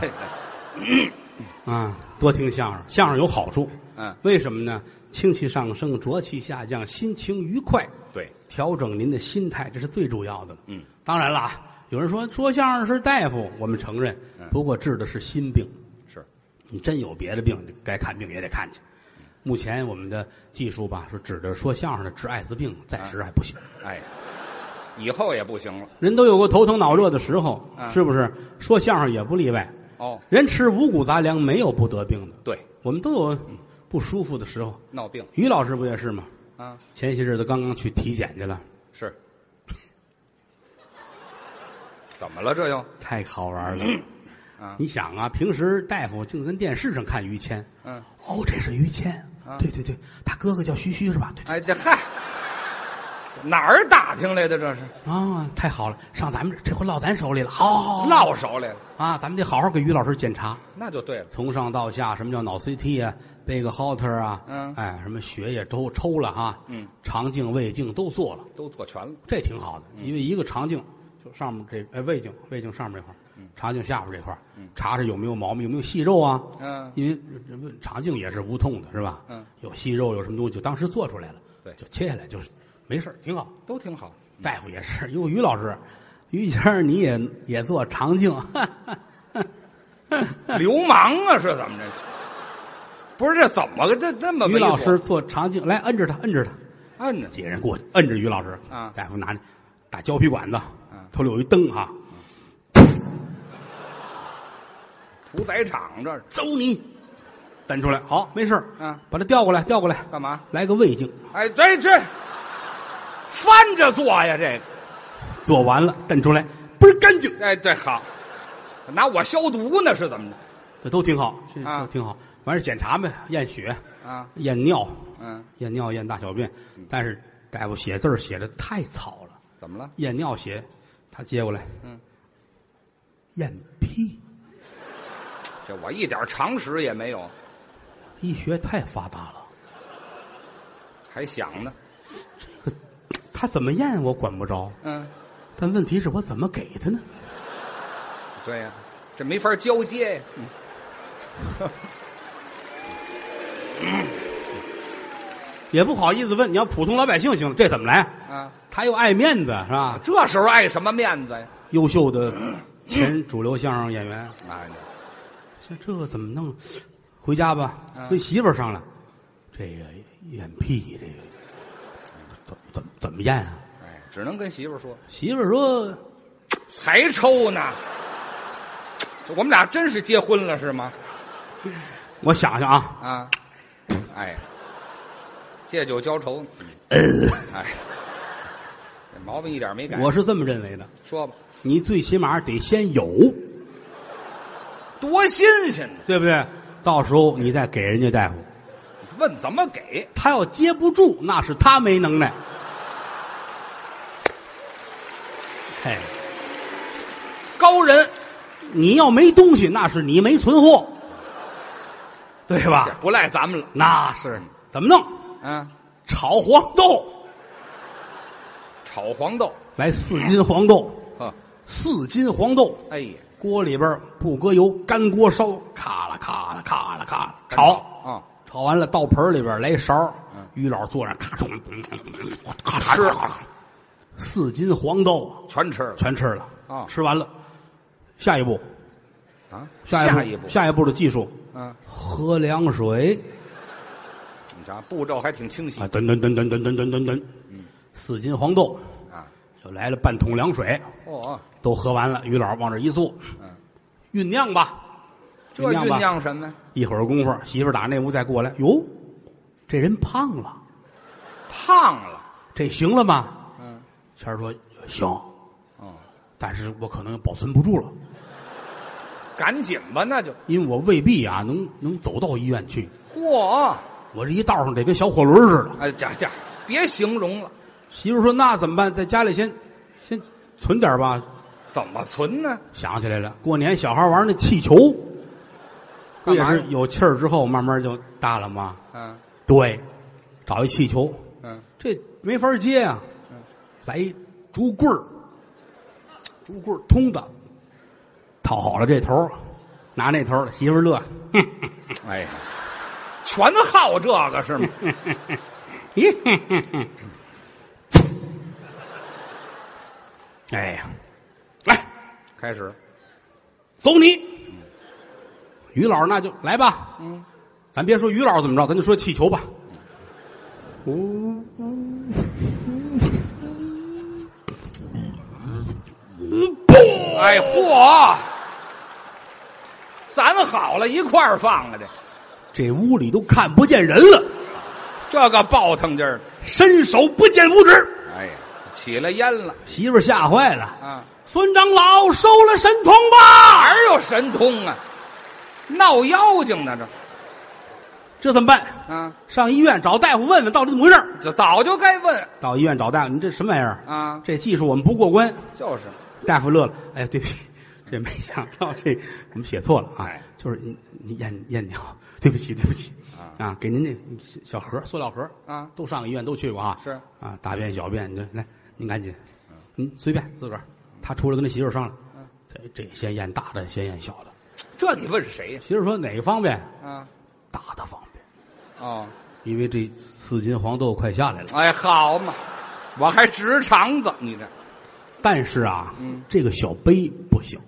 B: 啊，多听相声，相声有好处。
C: 嗯，
B: 为什么呢？清气上升，浊气下降，心情愉快，
C: 对，
B: 调整您的心态，这是最主要的。
C: 嗯，
B: 当然了啊，有人说说相声是大夫，我们承认，
C: 嗯
B: 不过治的是心病。
C: 是，
B: 你真有别的病，你该看病也得看去。
C: 嗯
B: 目前我们的技术吧，是指着说相声的治艾滋病，
C: 嗯
B: 暂时还不行。
C: 哎，以后也不行了。
B: 人都有过头疼脑热的时候，
C: 嗯
B: 是不是？说相声也不例外。
C: 哦，
B: 人吃五谷杂粮，没有不得病的。
C: 对，
B: 我们都有不舒服的时候。
C: 闹病
B: 于老师不也是吗？
C: 啊，
B: 前些日子刚刚去体检去了，
C: 是， 怎么了这又？
B: 太好玩了。
C: 啊
B: 你想啊，平时大夫净跟电视上看于谦，
C: 嗯，啊
B: 哦，这是于谦，对对对，他哥哥叫徐虚是吧？对对
C: 哎，这嗨，哪儿打听来的这是？
B: 啊，太好了，上咱们这这回落咱手里了，好好好好
C: 落手来了，
B: 啊，咱们得好好给于老师检查，
C: 那就对了。
B: 从上到下，什么叫脑 CT 啊，背个 Holter 啊，
C: 嗯
B: 哎，什么血也都抽了哈，
C: 嗯，
B: 肠镜、胃镜都做了，
C: 都做全了，
B: 这挺好的，因为一个肠镜就上面这哎胃镜，胃镜上面这块儿，
C: 嗯
B: 肠镜下边这块儿，查查有没有毛病，有没有息肉啊，
C: 嗯
B: 因为呃肠镜也是无痛的，是吧？
C: 嗯，
B: 有息肉有什么东西就当时做出来了，
C: 对嗯
B: 就切下来就是没事儿挺好。
C: 都挺好。
B: 大夫也是，因为于老师，于谦儿你也也做肠镜，
C: 流氓啊，是怎么着？不是这怎么个这这 么
B: 于
C: 猥琐
B: 老师做肠镜，来摁着他，摁着他，
C: 按着
B: 几个人过去摁着于老师，
C: 啊
B: 大夫拿着打胶皮管子
C: 嗯，
B: 头里有一啊灯哈，
C: 屠宰场这是
B: 走你，蹬出来，好，没事儿
C: 嗯，
B: 把他调过来，调过来，
C: 干嘛？
B: 来个胃镜，
C: 哎，这这翻着做呀，这个
B: 做完了蹬出来，倍儿干净，
C: 哎这好，拿我消毒呢是怎么着？
B: 这都挺好，这
C: 啊
B: 都挺好，完事儿检查呗，验血，
C: 啊，
B: 验尿，
C: 嗯，
B: 验尿验大小便，但是大夫写字儿写的太草了。
C: 怎么了？
B: 验尿血，他接过来，
C: 嗯，
B: 验屁，
C: 这我一点常识也没有，
B: 医学太发达了，
C: 还想呢。
B: 他怎么验我管不着，
C: 嗯，
B: 但问题是我怎么给他呢？
C: 对呀、这没法交接呀。嗯
B: 也不好意思问，你要普通老百姓行，这怎么来？
C: 啊，
B: 他又爱面子是吧？
C: 这时候碍什么面子呀？
B: 优秀的前主流相声演员，
C: 哎，
B: 这这怎么弄？回家吧，跟媳妇儿商量，这个验屁这个怎怎怎么验啊？
C: 哎，只能跟媳妇儿说，
B: 媳妇儿说
C: 还抽呢。这我们俩真是结婚了是吗？：“
B: 我想想啊，
C: 啊，哎，借酒浇愁，哎，这毛病一点没改。
B: 我是这么认为的。”
C: 说吧，
B: 你最起码得先有，
C: 多新鲜呢！
B: 对不对？到时候你再给人家大夫，
C: 问怎么给？
B: 他要接不住，那是他没能耐。哎，
C: 高人
B: 你要没东西，那是你没存货，对
C: 这
B: 吧？
C: 不赖咱们了
B: 那是怎么弄？
C: 啊！
B: 炒黄豆，
C: 炒黄豆，
B: 来四斤黄豆，
C: 呵，
B: 四斤黄豆，
C: 哎呀，
B: 锅里边不搁油，干锅烧，咔啦咔啦咔啦咔啦
C: 炒
B: 炒。
C: 啊，
B: 炒完了，到盆里边来一勺，
C: 嗯
B: 于老坐上，咔冲，咔嚓嚓，四斤黄豆啊
C: 全吃了
B: 全吃了
C: 啊
B: 吃完了，下一步，
C: 啊！
B: 下
C: 一
B: 一
C: 步，
B: 下一步的技术，
C: 嗯，
B: 喝凉水
C: 你瞧，步骤还挺清晰
B: 啊，等等等等等等等等等，四斤黄豆
C: 啊。
B: 又来了半桶凉水，
C: 哦，
B: 都喝完了，于老往这一坐，
C: 嗯
B: 酝酿吧，
C: 这
B: 酝酿
C: 酝
B: 吧
C: 酿什么呀？
B: 一会儿功夫，媳妇儿打那屋再过来，哟，这人胖了，
C: 胖了，
B: 这行了吗？
C: 嗯，
B: 谦儿说行，
C: 哦
B: 但是我可能保存不住了，
C: 赶紧吧，那就
B: 因为我未必啊能能走到医院去，
C: 嚯，
B: 我这一道上得跟小火轮似的。
C: 哎，这这别形容了，
B: 媳妇说那怎么办？在家里先先存点吧。
C: 怎么存呢？
B: 想起来了，过年小孩玩那气球，不
C: 干
B: 也
C: 嘛
B: 是
C: 呀
B: 有气儿之后慢慢就大了吗？
C: 嗯
B: 对，找一气球，
C: 嗯，
B: 这没法接啊，来一竹棍儿，竹棍儿通的，套好了这头儿，拿那头儿，媳妇儿乐，哼
C: 哎呀，全好这个是吗？
B: 咦，哼哼哼哎呀，来
C: 开始，
B: 走你，于老师那就来吧，嗯，咱别说于老师怎么着，咱就说气球吧，
C: 哎嚯，攒好了一块儿放了这，
B: 这屋里都看不见人了，
C: 这个爆腾劲儿，
B: 伸手不见五指。
C: 哎呀，起了烟了
B: 媳妇儿吓坏了
C: 啊！
B: 孙长老收了神童吧？
C: 哪有神通啊？闹妖精呢这
B: 这怎么办？
C: 啊，
B: 上医院找大夫问问到底怎么回事儿。
C: 这早就该问
B: 到医院找大夫，你这什么玩意儿？
C: 啊，
B: 这技术我们不过关。
C: 就是
B: 大夫乐了，哎，对不起，这没想到这我们写错了啊
C: 哎，
B: 就是你你验验尿，对不起，对不起
C: 啊
B: 啊，给您这小小盒儿塑料盒儿
C: 啊
B: 都上医院都去过啊，
C: 是嗯
B: 啊，大便小便，你这来，您赶紧，您随便自个儿。他出来跟他媳妇儿商量，这这先验大的，先验小的。
C: 这你问谁呀？
B: 媳妇儿说哪个方便？
C: 啊，
B: 大的方便，
C: 哦，
B: 因为这四斤黄豆快下来了。
C: 哎，好嘛，我还直肠子，你这
B: 但是啊，这个小杯不行，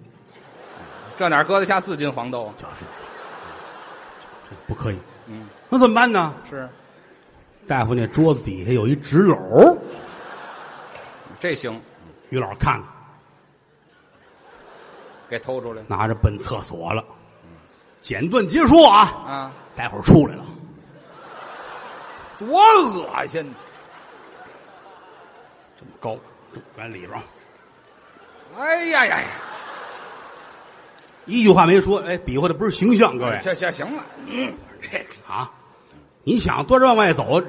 C: 这哪搁得下四斤黄豆啊？
B: 就是这不可以。
C: 嗯，
B: 那怎么办呢？
C: 是，
B: 大夫那桌子底下有一纸篓，
C: 这行，
B: 于老师看看，
C: 给偷出来
B: 拿着奔厕所了。简短结说啊，
C: 啊，
B: 待会儿出来了，
C: 多恶心！
B: 这么高，往里边啊
C: 哎呀呀呀！
B: 一句话没说，哎，比划的不是形象，各位
C: 这这行了，
B: 啊！你想端着往外走，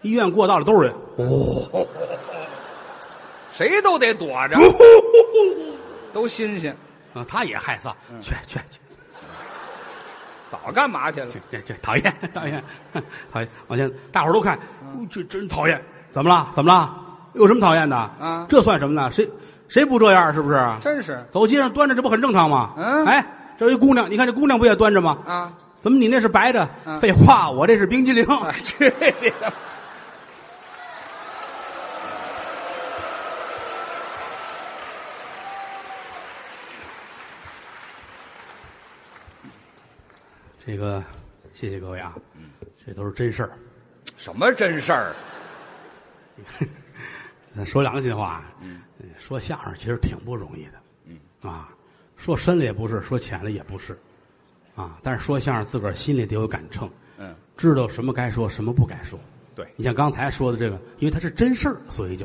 B: 医院过道里都是 人，
C: 谁都得躲着，都新鲜。
B: 啊，他也害臊，去去去，
C: 早干嘛去了
B: 这？这这讨厌讨厌讨厌！往前，大伙儿都看，哦这真讨厌。怎么了？怎么了？有什么讨厌的？
C: 啊
B: 这算什么呢？谁谁不这样？是不是？
C: 真是
B: 走街上端着，这不很正常吗？
C: 嗯
B: 哎，这有一姑娘，你看这姑娘不也端着吗？
C: 啊！
B: 怎么你那是白的？
C: 嗯
B: 废话，我这是冰激凌。
C: 哎去你的！
B: 这个，谢谢各位啊，这都是真事儿。
C: 什么真事儿？啊
B: 咱说良心话，
C: 嗯
B: 呃说相声其实挺不容易的，啊，说深了也不是，说浅了也不是，啊，但是说相声自个儿心里得有杆秤，
C: 嗯，
B: 知道什么该说，什么不该说。
C: 对
B: 你像刚才说的这个，因为它是真事儿，所以就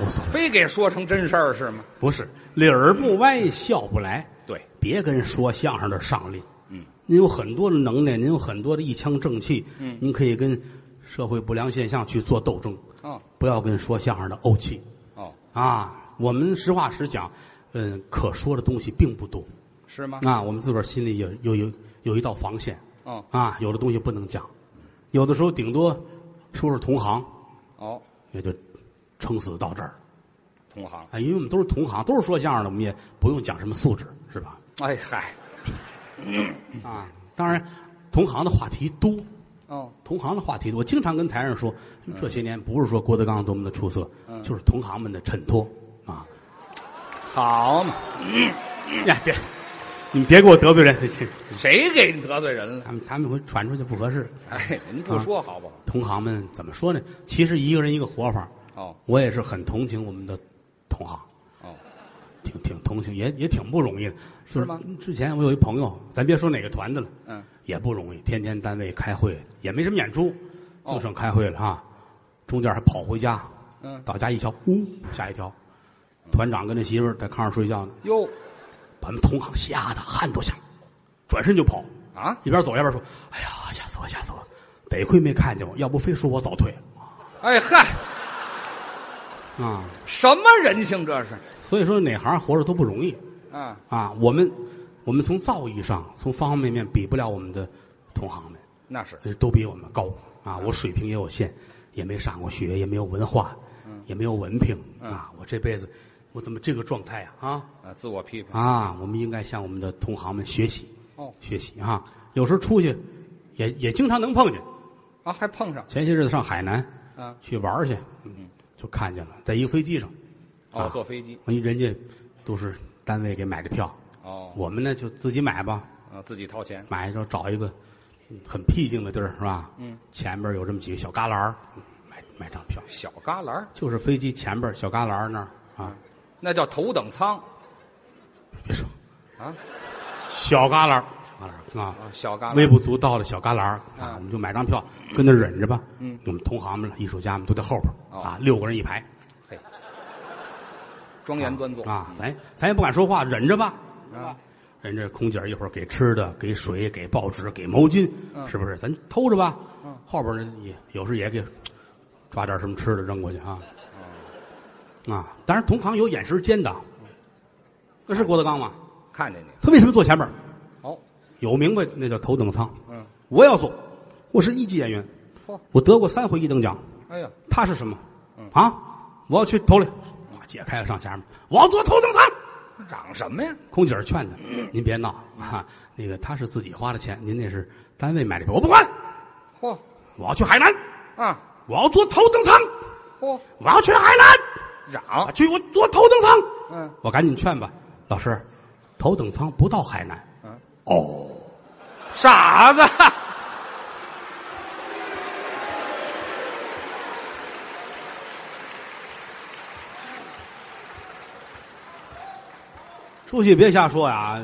B: 无所谓。
C: 非给说成真事儿是吗？
B: 不是理儿不歪，笑不来。
C: 对，
B: 别跟说相声的上力，
C: 嗯，
B: 您有很多的能耐，您有很多的一腔正气，嗯，您可以跟社会不良现象去做斗争，
C: 哦
B: 不要跟说相声的怄气。
C: 哦，
B: 啊，我们实话实讲，嗯，可说的东西并不多
C: 是吗？
B: 啊。我们自个儿心里有有有有一道防线
C: 哦
B: 啊，有的东西不能讲，有的时候顶多说说同行，
C: 哦，
B: 也就撑死到这儿
C: 同行。
B: 啊。因为我们都是同行，都是说相声的，我们也不用讲什么素质，是吧？
C: 哎嗨，
B: 啊，当然，同行的话题多，
C: 哦
B: 同行的话题多。我经常跟台上说，这些年不是说郭德纲多么的出色，就是同行们的衬托啊。
C: 好嘛，
B: 呀，别，你们别给我得罪人。
C: 谁给你得罪人了？
B: 他们他们会传出去不合适。
C: 哎，您不说好不好？
B: 同行们怎么说呢？其实一个人一个活法，
C: 哦
B: 我也是很同情我们的同行，
C: 哦，
B: 挺挺同情，也也挺不容易的。就是
C: 吗？
B: 之前我有一朋友，咱别说哪个团的了，
C: 嗯，
B: 也不容易，天天单位开会，也没什么演出，
C: 哦
B: 就剩开会了啊。中间还跑回家，
C: 嗯
B: 到家一瞧，呜，吓一跳，团长跟他媳妇儿在炕上睡觉呢，
C: 哟
B: 把我们同行吓得汗都响，转身就跑，
C: 啊，
B: 一边走一边说：“哎呀，吓死我，吓死我！得亏没看见我，要不非说我早退
C: 哎嗨，
B: 啊。
C: 什么人性这是？”
B: 所以说哪行活着都不容易
C: 啊，
B: 啊。我们我们从造诣上，从方方面面比不了我们的同行们。
C: 那是
B: 都比我们高啊！我水平也有限，也没上过学，也没有文化，也没有文凭啊！我这辈子，我怎么这个状态啊？
C: 啊，自我批评
B: 啊啊！我们应该向我们的同行们学习
C: 哦
B: 学习啊！有时候出去，也也经常能碰见。
C: 啊，还碰上
B: 前些日子上海南
C: 啊，
B: 去玩儿去，嗯，就看见了，在一个飞机上，
C: 哦
B: 啊，
C: 坐飞机
B: 人家都是单位给买的票，
C: 哦，
B: 我们呢就自己买吧，
C: 啊，自己掏钱
B: 买就找一个很僻静的地儿，是吧？嗯，前边有这么几个小旮旯儿，嗯买买张票，
C: 小旮旯儿，
B: 就是飞机前边小旮旯儿那儿啊，
C: 那叫头等舱
B: 别说
C: 啊，
B: 小旮旯儿，嗯小旮旯儿啊，
C: 啊，小旮旯
B: 微
C: 儿
B: 不足道的小旮旯儿
C: 啊
B: 啊，我们就买张票，跟那儿忍着吧。嗯，我们同行们、艺术家们都在后边儿
C: 哦
B: 啊，六个人一排，
C: 嘿，庄严端坐
B: 啊，咱咱也不敢说话，忍着吧。
C: 啊，
B: 人这空姐儿一会儿给吃的、给水、给报纸、给毛巾，
C: 嗯
B: 是不是？咱偷着吧。后边呢也有时也给抓点什么吃的扔过去啊。
C: 嗯
B: 啊，当然同行有眼神尖的，那是郭德纲吗？
C: 看见你
B: 他为什么坐前面？
C: 哦，
B: 有明白那叫头等舱。
C: 嗯，
B: 我要坐，我是一级演员
C: 嚯，嗯
B: 我得过三回一等奖。
C: 哎呀，
B: 他是什么？啊，我要去头里，啊解开了上前面，我要坐头等舱。
C: 嚷什么呀？
B: 空姐儿劝 他：“您别闹啊，那个他是自己花的钱，您那是单位买的票，我不管，
C: 嚯
B: 我要去海南，
C: 啊
B: 我要坐头等舱，
C: 嚯，
B: 我要去海南，啊，
C: 嚷
B: 去我坐头等舱。”
C: 嗯，
B: 我赶紧劝吧，老师，头等舱不到海南。
C: 嗯，
B: 哦，
C: 傻子，
B: 出去别瞎说呀，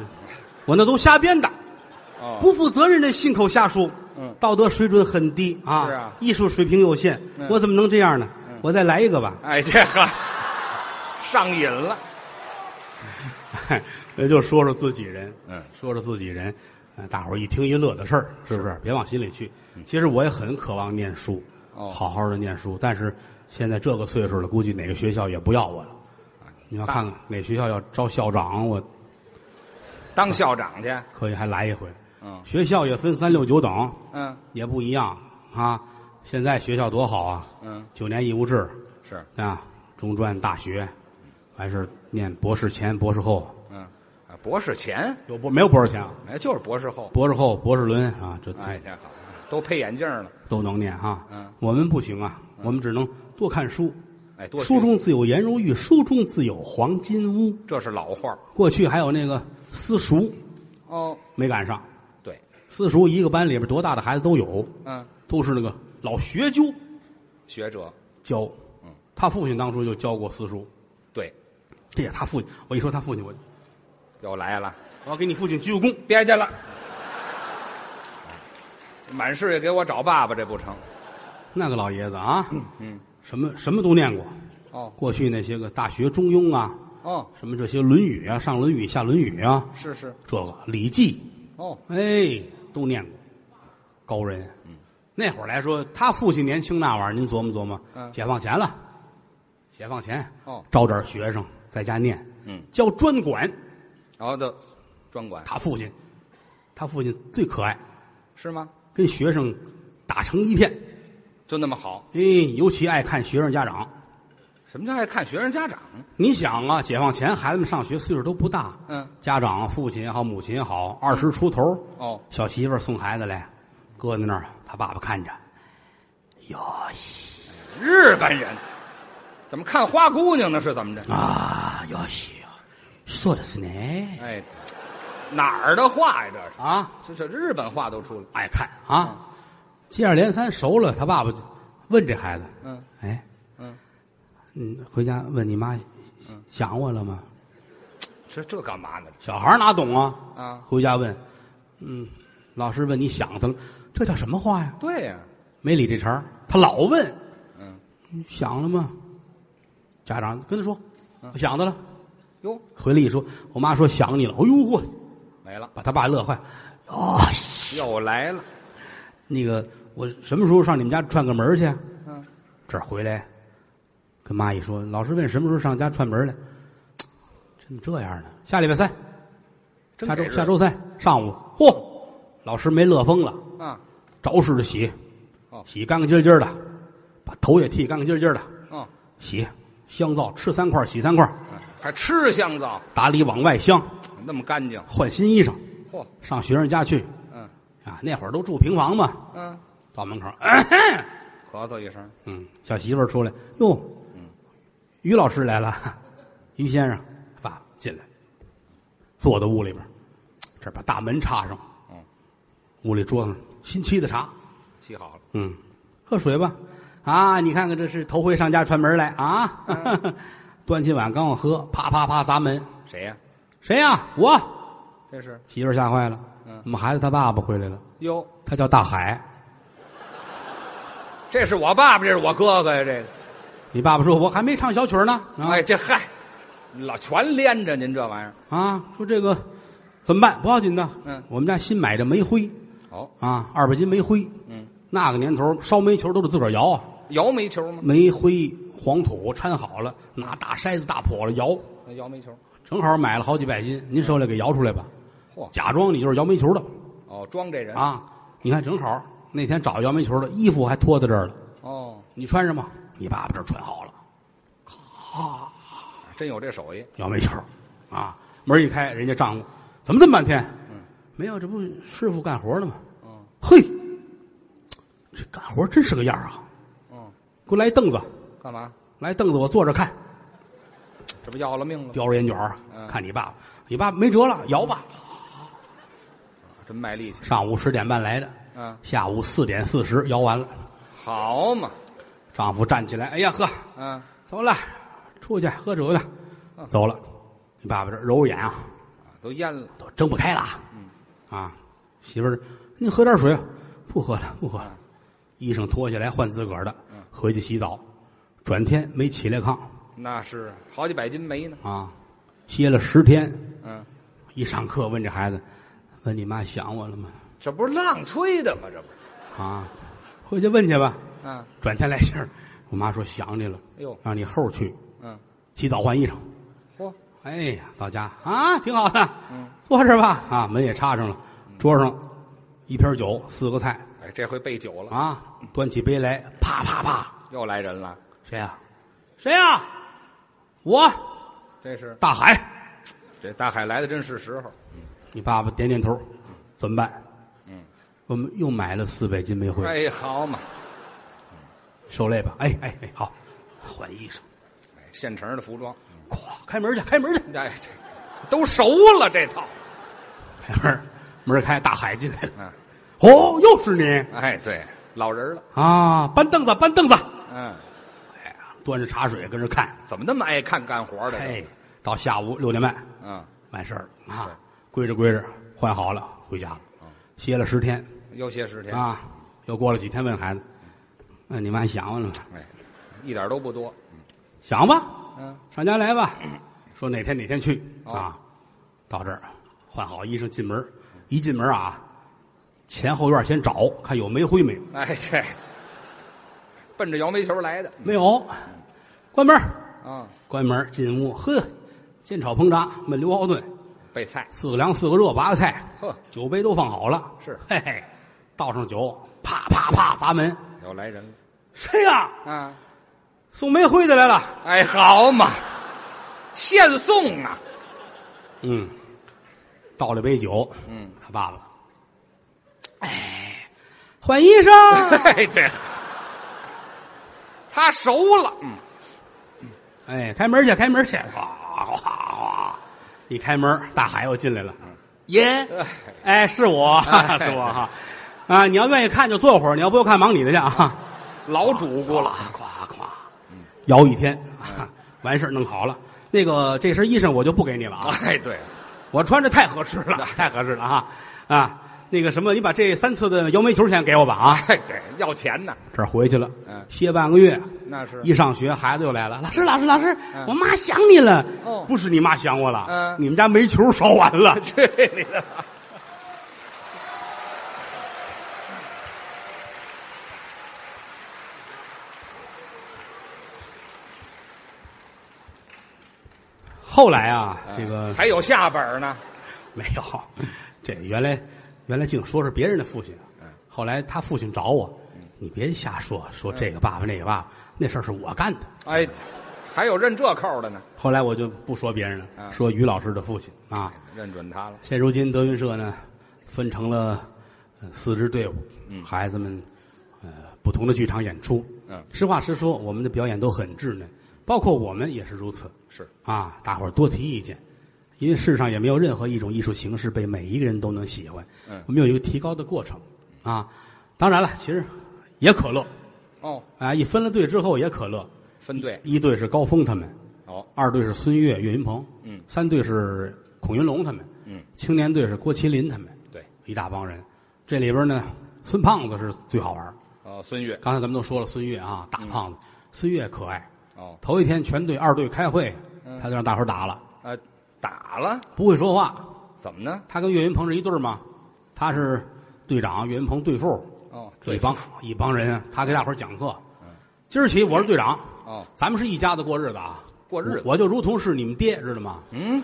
B: 我那都瞎编的，
C: 哦
B: 不负责任的信口瞎说。
C: 嗯
B: 道德水准很低啊，
C: 是啊
B: 艺术水平有限，
C: 嗯
B: 我怎么能这样呢？我再来一个吧。
C: 哎，这个 上瘾了，
B: 也就说说自己人，
C: 嗯
B: 说说自己人，呃大伙儿一听一乐的事儿，是不是？别往心里去。其实我也很渴望念书，
C: 嗯哦
B: 好好的念书，但是现在这个岁数了，估计哪个学校也不要我了。
C: 啊
B: 你要看看哪学校要招校长，我
C: 当校长去，
B: 可以还来一回。
C: 嗯
B: 学校也分三六九等，
C: 嗯
B: 也不一样啊。现在学校多好啊，
C: 嗯，
B: 九年义务制
C: 是，
B: 啊，中专、大学，完事儿念博士前、博士后，
C: 嗯，啊博士前，
B: 有博没有博士前啊？
C: 哎，就是博士后，
B: 博士后、博士伦啊，这
C: 哎，这好，都配眼镜了，
B: 都能念哈。
C: 嗯，
B: 我们不行啊，我们只能多看书。
C: 哎，多
B: 书
C: 学习
B: 中自有颜如玉，书中自有黄金屋。
C: 这是老话儿
B: 过去还有那个私塾，
C: 哦，
B: 没赶上。
C: 对，
B: 私塾一个班里边多大的孩子都有，
C: 嗯，
B: 都是那个老学究
C: 学者，
B: 教。嗯，他父亲当初就教过私塾。
C: 对，
B: 这也他父亲，我一说他父亲，我
C: 又来了，
B: 我要哦给你父亲鞠个躬。
C: 别介了，哎满世界给我找爸爸，这不成？
B: 那个老爷子啊，嗯，什么什么都念过。
C: 哦
B: 过去那些个大学《中庸》啊，
C: 哦，
B: 什么这些《论语》啊，上《论语》下《论语》啊，
C: 是是，
B: 这个《礼记》
C: 哦，
B: 哎，都念过，高人。那会儿来说，他父亲年轻那玩意儿，您琢磨琢磨。
C: 嗯
B: 解放前了，解放前
C: 哦
B: 招点学生在家念，
C: 嗯，
B: 教专管。
C: 然后的专管
B: 他父亲，他父亲最可爱，
C: 是吗？
B: 跟学生打成一片。
C: 就那么好？
B: 哎，尤其爱看学生家长。
C: 什么叫爱看学生家长？
B: 你想啊，解放前孩子们上学岁数都不大，
C: 嗯，
B: 家长啊父亲也好，母亲也好，二十出头，
C: 哦，
B: 小媳妇儿送孩子来，搁在那儿，他爸爸看着，哟西
C: 日本人怎么看花姑娘呢？是怎么着？
B: 啊，哟西啊，说的是呢
C: 哎，哪儿的话呀？这是，
B: 啊，
C: 这这日本话都出来。
B: 爱看
C: 嗯
B: 啊，接二连三熟了，他爸爸就问这孩子，
C: 嗯，
B: 哎，
C: 嗯
B: 嗯，回家问你妈想我了吗？
C: 这这干嘛呢？
B: 小孩儿哪懂啊？
C: 啊，
B: 回家问，嗯，老师问你想他了，这叫什么话呀？
C: 对呀、
B: 没理这茬儿他老问，
C: 嗯，
B: 你想了吗？家长跟他说，
C: 嗯
B: 我想他了。
C: 哟，
B: 回来一说，我妈说想你了。哎呦嚯，
C: 没了，
B: 把他爸乐坏。哦，
C: 又来了，
B: 那个我什么时候上你们家串个门去？啊
C: 嗯，
B: 这儿回来，跟妈一说，老师问什么时候上家串门来，怎么这样呢？下礼拜三，
C: 真
B: 下
C: 给
B: 周
C: 日
B: 下周三上午，嚯，老师没乐疯了，
C: 啊，
B: 着实的洗
C: 哦，
B: 洗干干净净的，把头也剃干干净净的，
C: 嗯，
B: 洗香皂吃三块洗三块，
C: 还吃香皂，
B: 打里往外香，
C: 那么干净，
B: 换新衣裳，
C: 嚯，
B: 上学生家去
C: 嗯
B: 啊。那会儿都住平房嘛，
C: 嗯，
B: 到门口，
C: 咳嗽一声，
B: 嗯，小媳妇儿出来，哟，于老师来了，于先生，爸进来，坐到屋里边儿，这儿把大门插上，
C: 嗯，
B: 屋里桌上新沏的茶，
C: 沏好了，
B: 嗯，喝水吧，啊，你看看这是头回上家串门来啊， 端起碗刚要喝，啪啪啪砸门，
C: 谁呀？
B: 谁呀、我
C: 这是
B: 媳妇儿吓坏了，
C: 嗯
B: 我们孩子他爸爸回来了，
C: 哟，
B: 他叫大海，
C: 这是我爸爸，这是我哥哥呀，这个，
B: 你爸爸说我还没唱小曲儿呢，啊、
C: 哎，这嗨，老全连着您这玩意儿，
B: 啊，说这个怎么办？不要紧的，
C: 嗯
B: 我们家新买的煤灰
C: 哦，
B: 啊，二百斤煤灰，
C: 嗯，
B: 那个年头烧煤球都得自个儿摇啊，
C: 摇煤球吗？
B: 煤灰、黄土掺好了，拿大筛子、大笸箩摇，
C: 那摇煤球，
B: 正好买了好几百斤，您手里给摇出来吧，
C: 嗯嚯，
B: 假装你就是摇煤球的
C: 哦，装这人，
B: 啊，你看正好那天找摇煤球的衣服还脱在这儿了，
C: 哦，
B: 你穿上吧，你爸爸这儿穿好了，
C: 真有这手艺，
B: 摇煤球，啊，门一开，人家丈夫怎么这么半天？没有，这不师傅干活呢吗？
C: 嗯
B: 嘿，这干活真是个样儿啊！
C: 嗯，
B: 给我来一凳子，
C: 干嘛？
B: 来凳子，我坐着看，
C: 这不要了命了吗？
B: 叼着烟卷儿
C: 嗯
B: 看你爸爸，你爸爸没辙了，摇吧。
C: 真卖力气，
B: 上午十点半来的，
C: 嗯，
B: 下午四点四十摇完了。
C: 好嘛，
B: 丈夫站起来，哎呀呵，
C: 嗯，
B: 走了，出去喝酒去，走了。你爸爸这揉眼啊，
C: 都淹了，
B: 都睁不开了啊。啊，媳妇儿，你喝点水，啊不喝了，不喝了。衣裳脱下来换自个儿的，回去洗澡。转天没起来炕
C: 那是好几百斤煤呢，
B: 啊，歇了十天。
C: 嗯，
B: 一上课问这孩子，问你妈想我了吗？
C: 这不是浪吹的吗？这不是，
B: 啊，回去问去吧。
C: 嗯，
B: 转天来信儿，我妈说想你了，
C: 哎呦，
B: 让你后儿去
C: 嗯，
B: 洗澡换衣裳。
C: 嚯，
B: 哎呀，到家啊，挺好的，
C: 嗯
B: 坐这儿吧。啊，门也插上了，桌上一瓶酒，四个菜
C: 哎，这回备酒了，
B: 啊，端起杯来，啪啪啪，
C: 又来人了，
B: 谁呀、谁呀、
C: 啊
B: 我
C: 这是
B: 大海。
C: 这大海来的真是时候，
B: 你爸爸点点头，怎么办？
C: 嗯，
B: 我们又买了四百斤煤灰，
C: 哎，好嘛，
B: 受累吧。哎哎哎，好，换衣裳，
C: 哎，现成的服装，
B: 咵，开门去，开门去。
C: 哎，这都熟了这套，
B: 开门，门儿开，大海进来了。
C: 嗯，
B: 哦，又是你
C: 哎，对，老人了，
B: 啊！搬凳子，搬凳子。
C: 嗯，
B: 哎呀，端着茶水跟这看。
C: 怎么那么爱看干活的？
B: 哎，到下午六点半
C: 嗯，
B: 完事儿了啊，归着归着换好了回家了
C: 嗯，
B: 歇了十天
C: 又歇十天，
B: 啊。又过了几天，问孩子：“那你妈想我了吗
C: 哎，一点都不多，？”
B: 想吧，
C: 嗯，
B: 上家来吧。说哪天哪天去
C: 哦
B: 啊？到这儿换好衣裳进门，一进门啊，前后院先找看有煤灰没有。
C: 哎，这奔着摇煤球来的，
B: 没有，关门儿，
C: 啊，
B: 关门儿进屋，呵，煎炒烹炸焖溜熬炖，
C: 备菜，
B: 四个凉四个热八个菜，
C: 呵，
B: 酒杯都放好了，
C: 是
B: 嘿嘿，倒上酒，啪啪啪砸门，
C: 又来人了
B: 谁呀、
C: 啊！
B: 送煤灰的来了，
C: 哎，好嘛，现送啊！
B: 嗯，倒了杯酒，
C: 嗯，
B: 他爸爸，哎，换衣裳，
C: 嘿，这他熟了，嗯，
B: 哎，开门去，开门去，哗哗哗，一开门，大海又进来了，爷。嗯哎，是我，
C: 哎
B: 是我哈。啊，你要愿意看就坐会儿，你要不要看忙你的去啊。
C: 老主顾了，
B: 夸夸，摇一天， 完事儿弄好了。那个这身衣裳我就不给你了啊，
C: 哎，对，
B: 我穿着太合适了，太合适了啊啊！那个什么，你把这三次的摇煤球钱给我吧啊！
C: 哎，对，要钱呢，
B: 这儿回去了，
C: 嗯
B: 歇半个月，
C: 那是嗯
B: 一上学孩子又来了，老师，老师，老师，我妈想你了。
C: 哦
B: 不是你妈想我了，
C: 嗯
B: 你们家煤球烧完了。
C: 这里的吧。
B: 后来啊，这个
C: 还有下本呢，
B: 没有，这原来原来净说是别人的父亲啊，
C: 嗯
B: 后来他父亲找我，你别瞎说，
C: 嗯
B: 说这个爸爸那个爸爸，那事儿是我干的。
C: 哎，还有认这扣的呢，
B: 后来我就不说别人了，
C: 嗯
B: 说于老师的父亲啊。
C: 认准他了。
B: 现如今德云社呢，分成了呃四支队伍，孩子们呃不同的剧场演出。
C: 嗯
B: 实话实说，我们的表演都很稚嫩，包括我们也是如此。
C: 是
B: 啊，大伙儿多提意见，因为世上也没有任何一种艺术形式被每一个人都能喜欢。
C: 嗯
B: 我们有一个提高的过程啊。当然了，其实也可乐
C: 哦，
B: 啊，一分了队之后也可乐。
C: 分队
B: 一队是高峰他们，
C: 哦，
B: 二队是孙越、岳云鹏，
C: 嗯
B: 三队是孔云龙他们，
C: 嗯，
B: 青年队是郭麒麟他们，
C: 对，
B: 一大帮人。这里边呢，孙胖子是最好玩儿
C: 哦，孙越
B: 刚才咱们都说了，孙越啊，
C: 嗯
B: 大胖子，孙越可爱。
C: 哦，
B: 头一天全队二队开会，
C: 嗯
B: 他就让大伙儿打了，
C: 呃，打了，
B: 不会说话。
C: 怎么呢？
B: 他跟岳云鹏是一对儿嘛，他是队长，岳云鹏队副，
C: 哦，
B: 一
C: 对嗯
B: 帮一帮人啊，他给大伙儿讲课。今儿起我是队长，
C: 哦，
B: 咱们是一家子过日子啊，
C: 过日子
B: 我我就如同是你们爹，知道吗？
C: 嗯，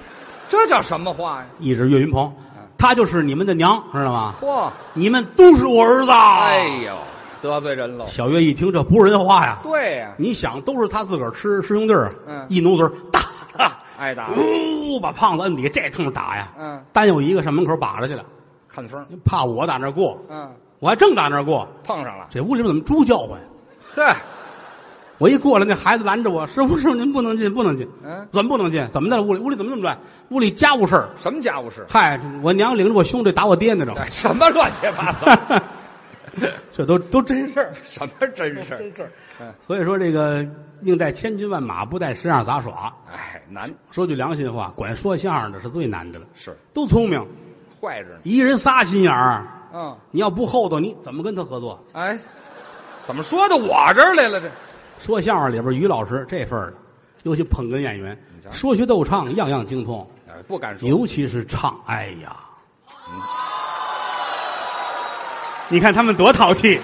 C: 这叫什么话呀？
B: 一直岳云鹏，他就是你们的娘，知道吗？
C: 嚯，
B: 你们都是我儿子。啊
C: 哎，呦，得罪人喽。
B: 小岳一听这不是人话呀！
C: 对呀，
B: 你想，都是他自个儿吃师兄弟儿，啊
C: 嗯
B: 一努嘴儿打他，
C: 挨打
B: 嗯呜、把胖子摁底下，这通打呀！
C: 嗯，
B: 单有一个上门口把着去了，
C: 看风，
B: 怕我打那儿过，
C: 嗯，
B: 我还正打那儿过，
C: 碰上了，
B: 这屋里边怎么猪叫唤？
C: 呵，
B: 我一过来，那孩子拦着我，师傅，师傅，您不能进，不能进。
C: 嗯，
B: 怎么不能进？怎么的？屋里屋里怎么这么乱？屋里家务事儿。
C: 什么家务事？
B: 嗨，我娘领着我兄弟打我爹那种，
C: 哎什么乱七八糟？
B: 这都都真事儿。
C: 什么真事儿？
B: 所以说，这个宁带千军万马，不带十样杂耍。
C: 哎，难
B: 说句良心话，管说相声的是最难的了，
C: 是
B: 都聪明，
C: 坏着呢。
B: 一人仨心眼儿。
C: 嗯，
B: 你要不厚道，你怎么跟他合作？
C: 哎，怎么说到我这儿来了？这
B: 说相声里边，于老师这份儿的，尤其捧哏演员，
C: 瞧
B: 说学逗唱样样精通，
C: 哎不敢说，
B: 尤其是唱。哎呀，你看他们多淘气，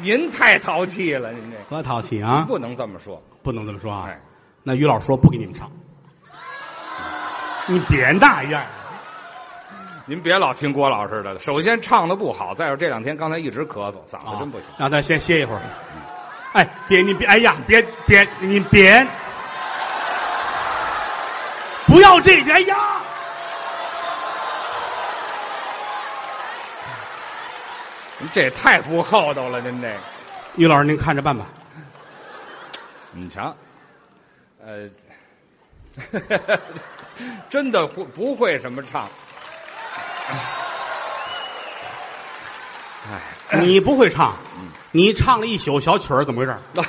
C: 您太淘气了，您这
B: 多淘气啊！
C: 不能这么说。
B: 不能这么说啊
C: 哎。
B: 那于老师说不给你们唱，你别那样。
C: 您别老听郭老师的了，首先唱的不好，再有这两天刚才一直咳嗽，嗓子真不行。
B: 啊让他先歇一会儿。哎，别你别，哎呀，别别你别，不要这个，哎呀，
C: 您这也太不厚道了，您这。
B: 于老师您看着 办吧。
C: 你瞧，呃， 真的不不会什么唱，
B: 你不会唱，你唱了一宿小曲儿，怎么回事？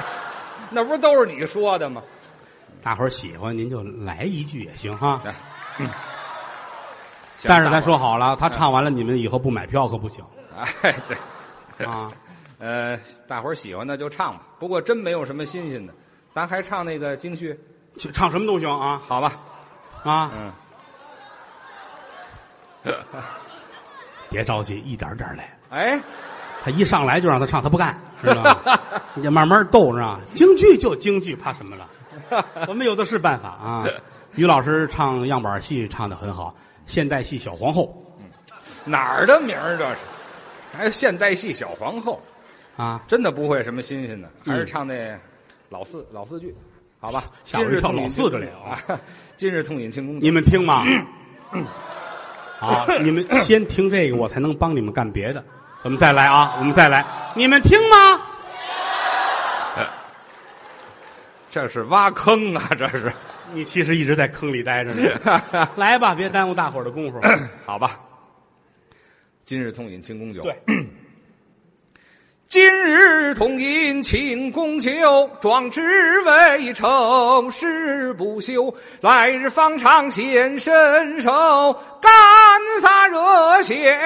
C: 那不都是你说的吗？
B: 大伙儿喜欢您就来一句也行哈。
C: 哎
B: 嗯但是咱，说好了，他唱完了，你们以后不买票可 不行
C: 哎，对，
B: 啊。
C: 呃，大伙儿喜欢的就唱吧。不过真没有什么新鲜的，咱还唱那个京剧，
B: 去唱什么都行啊
C: 好吧？
B: 啊！
C: 嗯，
B: 别着急，一点儿点儿来。
C: 哎，
B: 他一上来就让他唱，他不干，知道 吗？你得慢慢逗，知道吗？京剧就京剧，怕什么了？我们有的是办法啊。于老师唱样板戏唱的很好，现代戏《小皇后
C: 哪儿的名儿这是？还有现代戏小皇后，》
B: 啊，
C: 真的不会什么新鲜的，还是
B: 嗯
C: 唱那老四老四句，好吧？
B: 吓我
C: 今日
B: 一跳
C: 痛饮
B: 老四
C: 庆
B: 这里
C: 功啊！ 今日痛饮庆功酒
B: 你们听吗？ 啊，你们先听这个，我才能帮你们干别的。我们再来啊，我们再来，你们听吗？
C: 这是挖坑啊，这是，
B: 你其实一直在坑里待着呢。来吧，别耽误大伙儿的功夫。
C: 好吧？今日痛饮庆功酒，
B: 对，
C: 今日同饮庆功酒，壮志未酬誓不休。来日方长显身手，干洒热血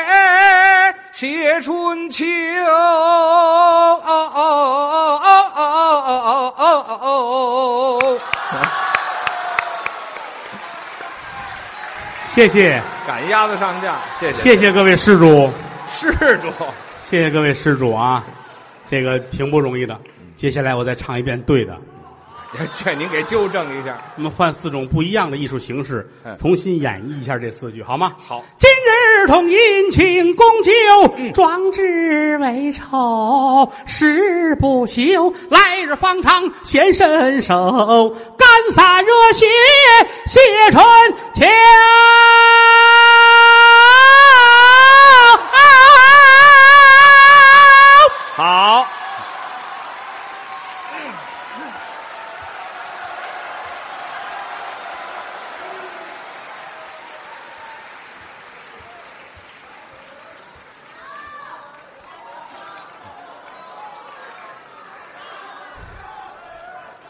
C: 写春秋。哦哦哦哦哦哦哦哦哦！
B: 谢谢，
C: 赶鸭子上架，谢
B: 谢谢各位施主，
C: 施主。
B: 谢谢各位施主啊，这个挺不容易的。接下来我再唱一遍对的，
C: 这您给纠正一下。
B: 我们换四种不一样的艺术形式
C: 嗯，
B: 重新演绎一下这四句，好吗？
C: 好，嗯
D: 今日同饮庆功酒，壮志未酬誓不休。来日方长显身手，干洒热血写春秋。
C: 好，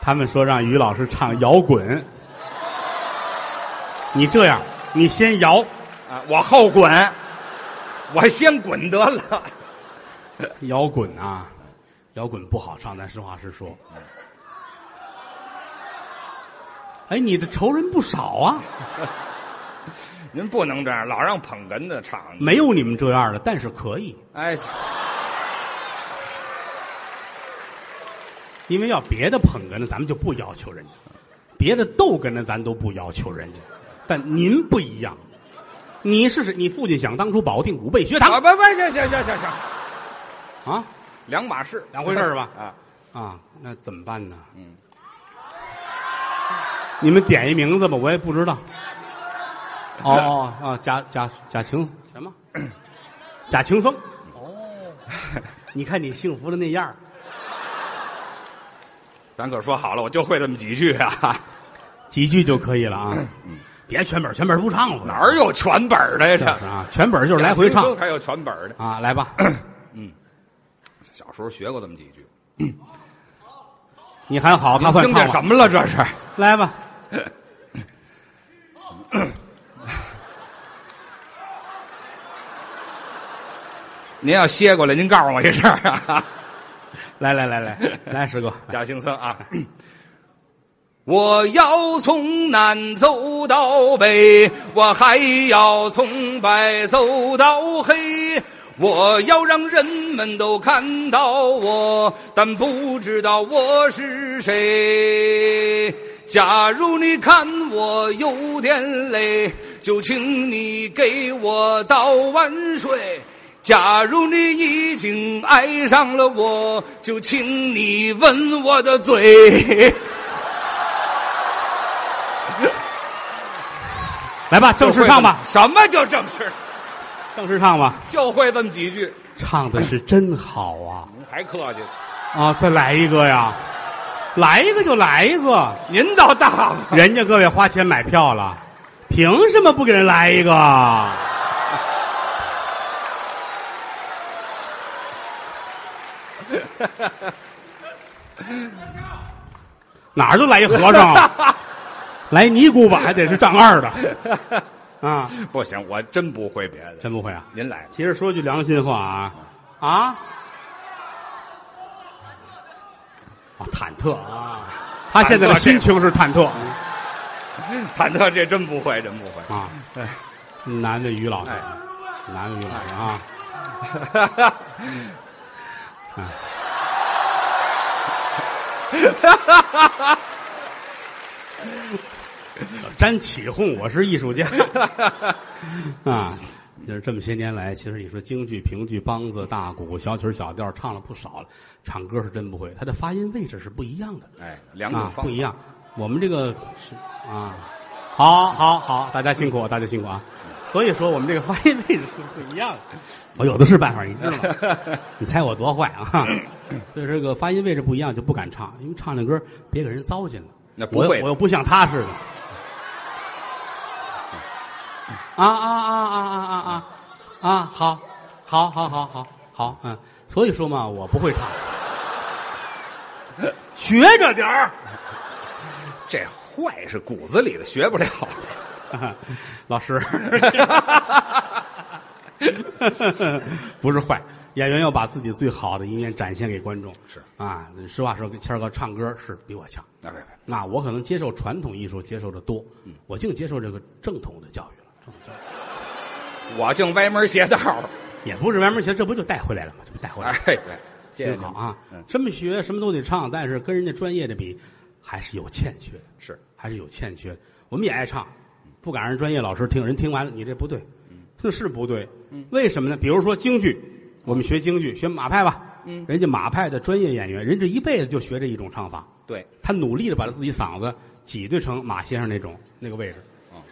B: 他们说让于老师唱摇滚，你这样，你先摇，
C: 啊，我后滚，我先滚得了。
B: 摇滚啊，摇滚不好唱，咱实话实说。哎，你的仇人不少啊，
C: 您不能这样，老让捧哏的唱。
B: 没有你们这样的，但是可以，
C: 哎，
B: 因为要别的捧哏的，咱们就不要求人家；别的逗哏的，咱都不要求人家。但您不一样，你试试，你父亲想当初保定五倍学
C: 啊，
B: 堂
C: 不不，行行行行行，
B: 啊
C: 两码事，
B: 两回事儿吧
C: 啊，
B: 啊，那怎么办呢？
C: 嗯，
B: 你们点一名字吧，我也不知道。哦哦哦，贾贾贾晴什么？ 贾晴风。哦， 你看你幸福的那样儿
C: 咱可说好了，我就会这么几句 啊，
B: 几句就可以了啊。别全本儿，全本儿不唱了。
C: 嗯哪儿有全本儿的呀？
B: 这
C: 这
B: 是啊？全本儿就是来回
C: 贾青
B: 唱
C: 松还有全本儿的。
B: 啊，来吧。
C: 小时候学过这么几句，
B: 你还好，他算
C: 听
B: 唱
C: 见
B: 了
C: 什么了？这是
B: 来吧。
C: 您要歇过来，您告诉我一声啊。
B: 来来来来来，师哥，
C: 贾庆生啊。我要从南走到北，我还要从白走到黑。我要让人们都看到我，但不知道我是谁。假如你看我有点累，就请你给我倒碗水。假如你已经爱上了我，就请你吻我的嘴。
B: 来吧，正式唱吧，
C: 什么 就正式？
B: 正式唱吧，
C: 就会这么几句，
B: 唱的是真好啊！
C: 您还客气？
B: 啊，再来一个呀，来一个就来一个，
C: 您倒大方。
B: 人家各位花钱买票了，凭什么不给人来一个？ 哪儿就来一和尚，啊 来尼姑吧，还得是丈二的啊！
C: 不行，我真不会别的。
B: 真不会啊！
C: 您来，
B: 其实说句良心话啊，啊，啊，忐忑啊，他现在的心情是忐忑
C: 忐忑这真不会，真不会。
B: 啊，难为于老师，难为于老师啊！沾起哄，我是艺术家啊！就是这么些年来，其实你说京剧、评剧、梆子、大鼓、小曲儿、小调儿唱了不少了，唱歌是真不会，它的发音位置是不一样的。
C: 哎，两种
B: 啊
C: 方，法
B: 不一。样。我们这个是啊，好，好，好，大家辛苦，大家辛苦啊！所以说我们这个发音位置是不一样的。我有的是办法，你知道吗？ 你猜我多坏啊！ 所以这个发音位置不一样就不敢唱，因为唱这歌别给人糟践了。
C: 那不
B: 我又
C: 会的
B: 我又不像他似的。啊啊啊啊啊啊啊！啊，好，好，好，好，好，好，嗯，所以说嘛，我不 会唱，学着点儿。
C: 这 坏是骨子里的，学不了。
B: 老师，不是坏，演员要把自己最好的一面展现给观众。
C: 是
B: 啊，实话说，谦儿哥唱歌是比我强。
C: 哎那别别，
B: 那我可能接受传统艺术接受的多，
C: 嗯
B: 我净接受这个正统的教育了。正统教育
C: 我净歪门邪道儿。
B: 也不是歪门邪，这不就带回来了吗？这不带回来
C: 哎
B: 了，，
C: 对，谢谢
B: 挺好
C: 您
B: 啊
C: 嗯。，
B: 这么学什么都得唱，但是跟人家专业的比，还是有欠缺的。
C: 是
B: 还是有欠缺的。我们也爱唱，不敢让专业老师听，人听完了你这不对，这是不对。为什么呢？比如说京剧，我们学京剧，学马派吧，人家马派的专业演员，人这一辈子就学这一种唱法，
C: 对，
B: 他努力的把他自己嗓子挤兑成马先生那种那个位置。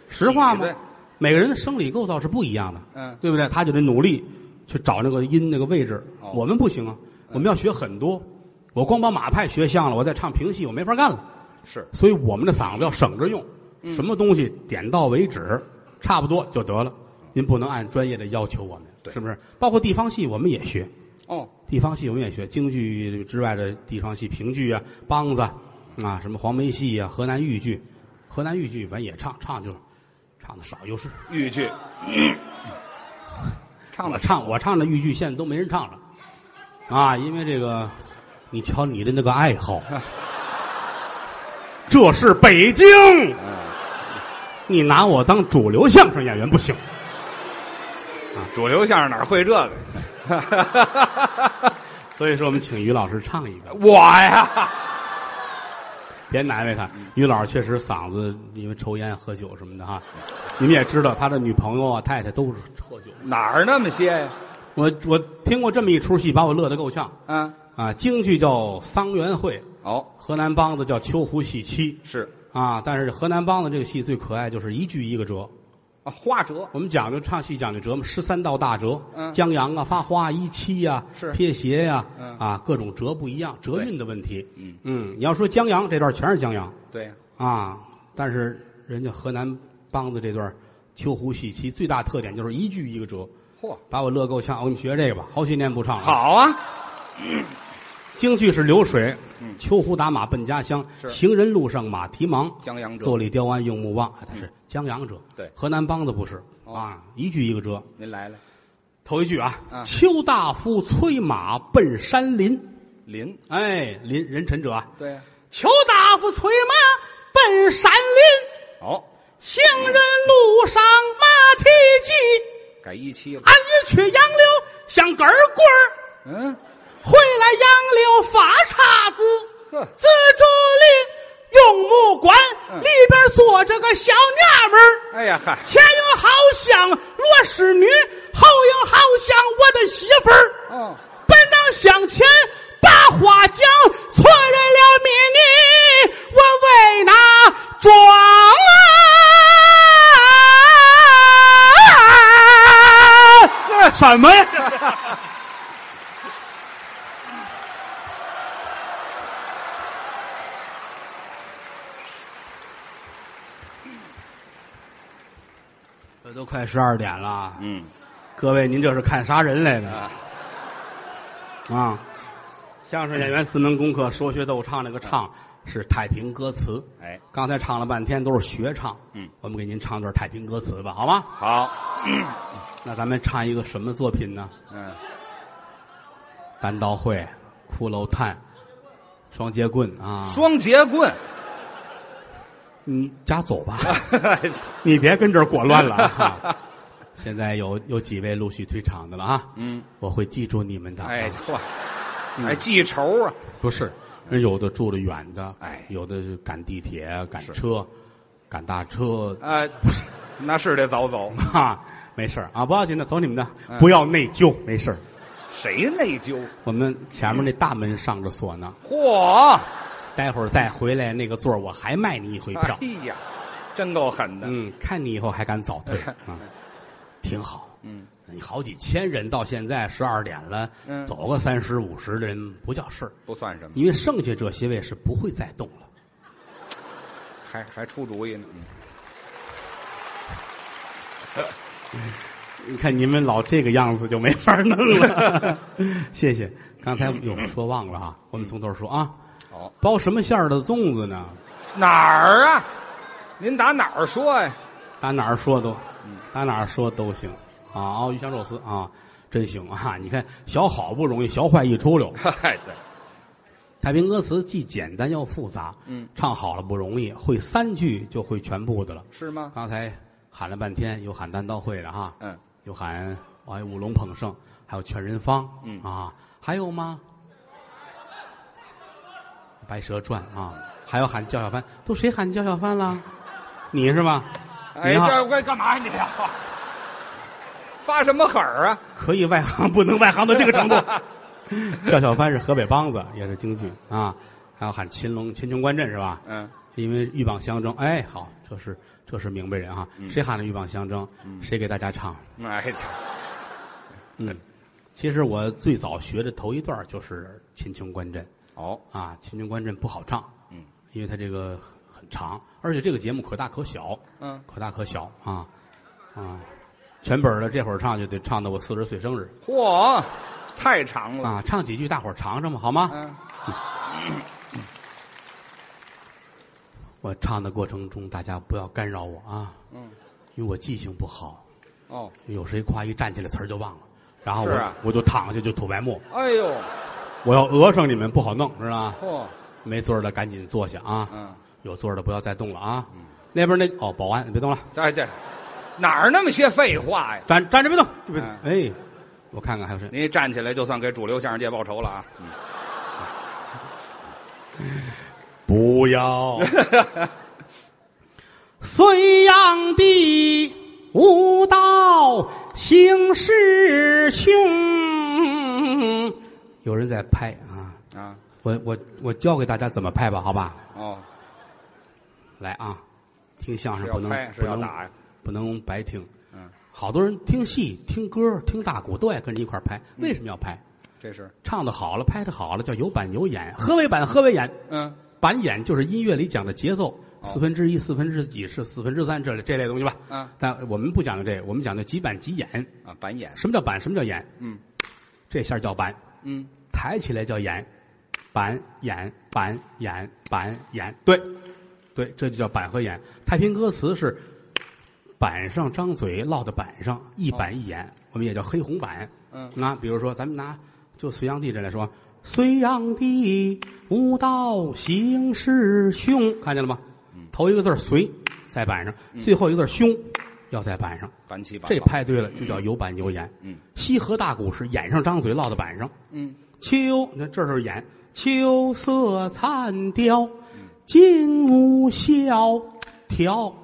B: 实话
C: 嗯喜
B: 吗
C: 的？
B: 每个人的生理构造是不一样的，
C: 嗯
B: 对不对？他就得努力去找那个音那个位置。
C: 哦
B: 我们不行啊，我们要学很多。我光把马派学像了，我再唱评戏，我没法干了。
C: 是
B: 所以我们的嗓子要省着用，什么东西点到为止，差不多就得了。您不能按专业的要求我们，
C: 对
B: 是不是？包括地方戏我们也学，
C: 哦，
B: 地方戏我们也学，京剧之外的地方戏，评剧啊、梆子啊啊、什么黄梅戏啊、河南豫剧，河南豫剧反正也唱，唱就唱的少，有时
C: 豫剧， 唱
B: 我
C: 的
B: 唱我唱的豫剧现在都没人唱了，啊，因为这个，你瞧你的那个爱好，这是北京，你拿我当主流相声演员不行，
C: 主流相声哪会这 个？
B: 所以说我们请于老师唱一个，
C: 我呀，
B: 别难为他。于老师确实嗓子因为抽烟喝酒什么的哈，你们也知道他的女朋友啊太太都是喝酒。
C: 哪儿那么些呀？
B: 我我听过这么一出戏，把我乐得够呛
C: 嗯，
B: 啊！京剧叫《桑园会》，
C: 哦，
B: 河南梆子叫《秋胡戏妻》。
C: 是
B: 啊，但是河南梆子这个戏最可爱，就是一句一个折。
C: 啊，花折
B: 我们讲究唱戏讲究折嘛，十三道大折，
C: 嗯
B: 江洋啊、发花、一七呀、
C: 是
B: 撇斜呀、
C: 嗯
B: 啊，各种折不一样，折韵的问题。
C: 嗯
B: 你要说江洋这段全是江洋
C: 对呀，
B: 啊，但是人家河南梆子这段秋胡戏妻最大特点就是一句一个折，
C: 嚯，
B: 把我乐够呛。我给你们学这个吧，好些年不唱了。
C: 好啊，
B: 京剧是流水，秋胡打马奔家乡，
C: 嗯是
B: 行人路上马蹄忙，
C: 江洋折
B: 坐立雕鞍用木棒，哎它是江洋折。
C: 嗯对
B: 河南梆子不是
C: 哦
B: 啊，一句一个折。
C: 您来了，
B: 头一句啊，
C: 嗯
B: 邱大夫催马奔山林，
C: 林，
B: 哎，林人臣者啊，
C: 对呀，
B: 邱大夫催马奔山林，
C: 哦，
B: 行人路上马蹄疾，
C: 改一期了，
B: 俺一去杨柳像根儿棍儿。
C: 嗯，
B: 回来杨柳发叉子，
C: 呵嗯
B: 自竹林用木管，里边坐着个小娘们儿，
C: 哎呀嗨，
B: 前有好像罗氏女，后有好像我的媳妇儿。
C: 哦，
B: 本当向前把花讲，错认了迷你，我为哪桩啊？什么呀？这都快十二点了，
C: 嗯，
B: 各位，您这是看啥人来的？
C: 啊
B: 啊，相声演员四门功课，说学逗唱，那个唱嗯是太平歌词。
C: 哎，
B: 刚才唱了半天都是学唱，
C: 嗯，
B: 我们给您唱段太平歌词吧，好吗？
C: 好，
B: 那咱们唱一个什么作品呢？
C: 嗯，
B: 单刀会、骷髅炭、双截棍啊！
C: 双节棍，
B: 你家走 吧，你别跟这儿裹乱了。 啊现在有有几位陆续退场的了啊，
C: 嗯，
B: 我会记住你们的。
C: 哎，
B: 啊
C: 嚯，还记仇啊，
B: 不是，人有的住的远的，
C: 哎
B: 有的是赶地铁、赶
C: 是
B: 车、赶大车，
C: 啊，不是，那是得早走，
B: 哈，没事儿啊，不要紧的，走你们的，
C: 嗯
B: 不要内疚，没事儿。
C: 谁内疚？
B: 我们前面那大门上着锁呢，
C: 嚯，
B: 待会儿再回来那个座儿，我还卖你一回票。
C: 哎呀，真够狠的，
B: 嗯，看你以后还敢早退啊，挺好。
C: 嗯，
B: 你好几千人到现在十二点了，
C: 嗯
B: 走个三十五十的人不叫事儿，
C: 不算什么。
B: 因为剩下这些位是不会再动了。
C: 还还出主意呢。嗯
B: 你看你们老这个样子就没法弄 了。谢谢，刚才有说忘了啊，我们从头说啊，
C: 好，
B: 包什么馅儿的粽子呢？
C: 哪儿啊？您打哪儿说呀、 嗯
B: 打哪儿说都，打哪儿说都行啊，哦，鱼香肉丝啊，真行啊！你看小好不容易，小坏一出溜。
C: 嗨，对，
B: 太平歌词既简单又复杂，
C: 嗯，
B: 唱好了不容易，会三句就会全部的了。
C: 是吗？
B: 刚才喊了半天，有喊单刀会的哈，
C: 嗯，
B: 有喊哎舞龙捧圣，还有劝人方，
C: 嗯
B: 啊，还有吗？白蛇传啊，还有喊焦小帆，都谁喊焦小帆了？你是吧？
C: 哎，
B: 你好
C: 这我干嘛呀你呀？发什么狠儿啊？
B: 可以外行，不能外行到这个程度。 焦小帆是河北梆子，也是京剧啊，还有喊秦龙、秦琼、关阵是吧？
C: 嗯，
B: 因为鹬蚌相争，哎，好，这是这是明白人哈、谁喊的鹬蚌相争，谁给大家唱。
C: 哎，这
B: 嗯，其实我最早学的头一段就是秦琼观阵
C: 哦，
B: 啊，秦琼观阵不好唱，
C: 嗯，
B: 因为它这个很长，而且这个节目可大可小，
C: 嗯，
B: 可大可小啊啊，全本儿的这会儿唱就得唱到我四十岁生日
C: 嚯，太长了，
B: 啊，唱几句大伙儿尝尝吧，好吗？
C: 嗯，
B: 我唱的过程中大家不要干扰我啊，
C: 嗯，
B: 因为我记性不好，
C: 哦，
B: 有谁夸一站起来词儿就忘了，然后我、
C: 是啊
B: 我就躺下就吐白沫，
C: 哎呦，
B: 我要讹上你们不好弄，知道吗？
C: 嚯，
B: 没座儿的赶紧坐下啊，
C: 嗯，
B: 有座儿的不要再动了啊。那边那哦，保安你别动了，
C: 这这哪儿那么些废话呀？
B: 站站着别动，别动。哎，我看看还有谁？
C: 您一站起来就算给主流相声界报仇了啊！
B: 不要。 隋炀帝无道行师兄，有人在拍啊！
C: 啊，
B: 我我我教给大家怎么拍吧，好吧？
C: 哦，
B: 来啊，听相声
C: 是要
B: 不能
C: 拍是
B: 不
C: 要
B: 能
C: 打呀？
B: 不能白听。
C: 嗯，
B: 好多人听戏、听歌、听大鼓都爱跟着一块儿拍，
C: 嗯
B: 为什么要拍？
C: 这是，
B: 唱的好了，拍的好了，叫有板有眼。何为板？何为眼？
C: 嗯，
B: 板眼就是音乐里讲的节奏，四分之一、四分之几是四分之三这类这类东西吧。
C: 嗯
B: 但我们不讲究这个，我们讲究几板几眼。
C: 啊，板眼，
B: 什么叫板？什么叫眼？
C: 嗯，
B: 这下叫板，
C: 嗯，
B: 抬起来叫眼，板眼板眼板眼，对，对，这就叫板和眼。太平歌词是板上张嘴落到板上，一板一眼，我们也叫黑红板。
C: 哦嗯
B: 那比如说，咱们拿就隋炀帝这来说，隋炀帝无道行师凶，看见了吗？
C: 嗯
B: 头一个字儿隋在板上，最后一个字儿凶要在板上。
C: 板起板
B: 这拍对了，就叫有板有眼。
C: 嗯，
B: 西河大鼓是眼上张嘴落到板上。
C: 嗯，
B: 秋，那这是眼，秋色残凋，金屋萧条，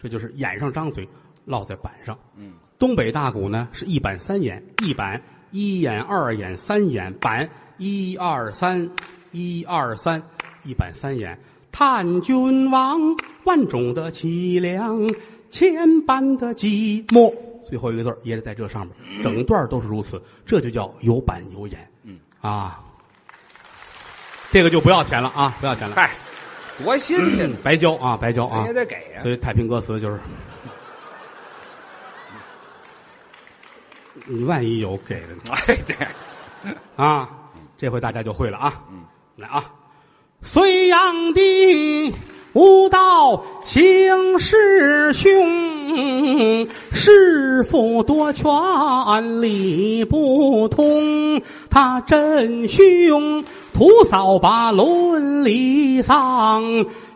B: 这就是眼上张嘴落在板上。
C: 嗯，
B: 东北大鼓呢是一板三眼，一板一眼二眼三眼，板一二三一二三，一板三眼。叹君王，万种的凄凉，千般的寂寞。最后一个字儿也得在这上面，整段都是如此，这就叫有板有眼。
C: 嗯
B: 啊，这个就不要钱了啊，不要钱了，
C: 嗨，多新鲜
B: 白交啊，白交啊，
C: 也得给呀
B: 所！以太平歌词就是， 你万一有给的呢
C: 哎，对，
B: 啊，这回大家就会了啊。来啊，隋炀帝无道行师兄，师傅多权理不通，他真凶徒扫把伦理丧。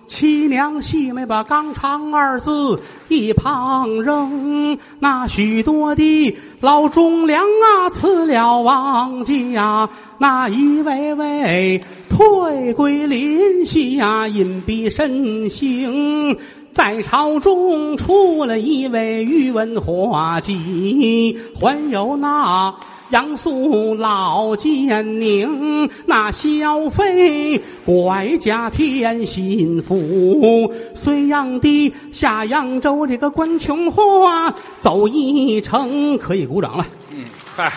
B: 七娘细妹把“纲常”二字一旁扔，那许多的老忠良啊，辞了王家，那一位位退归林下，隐蔽身形。在朝中出了一位宇文化及，还有那杨素老奸宁，那萧妃拐嫁添心腹。隋炀帝下扬州，这个关琼花走一程，可以鼓掌了。
C: 嗯，嗨，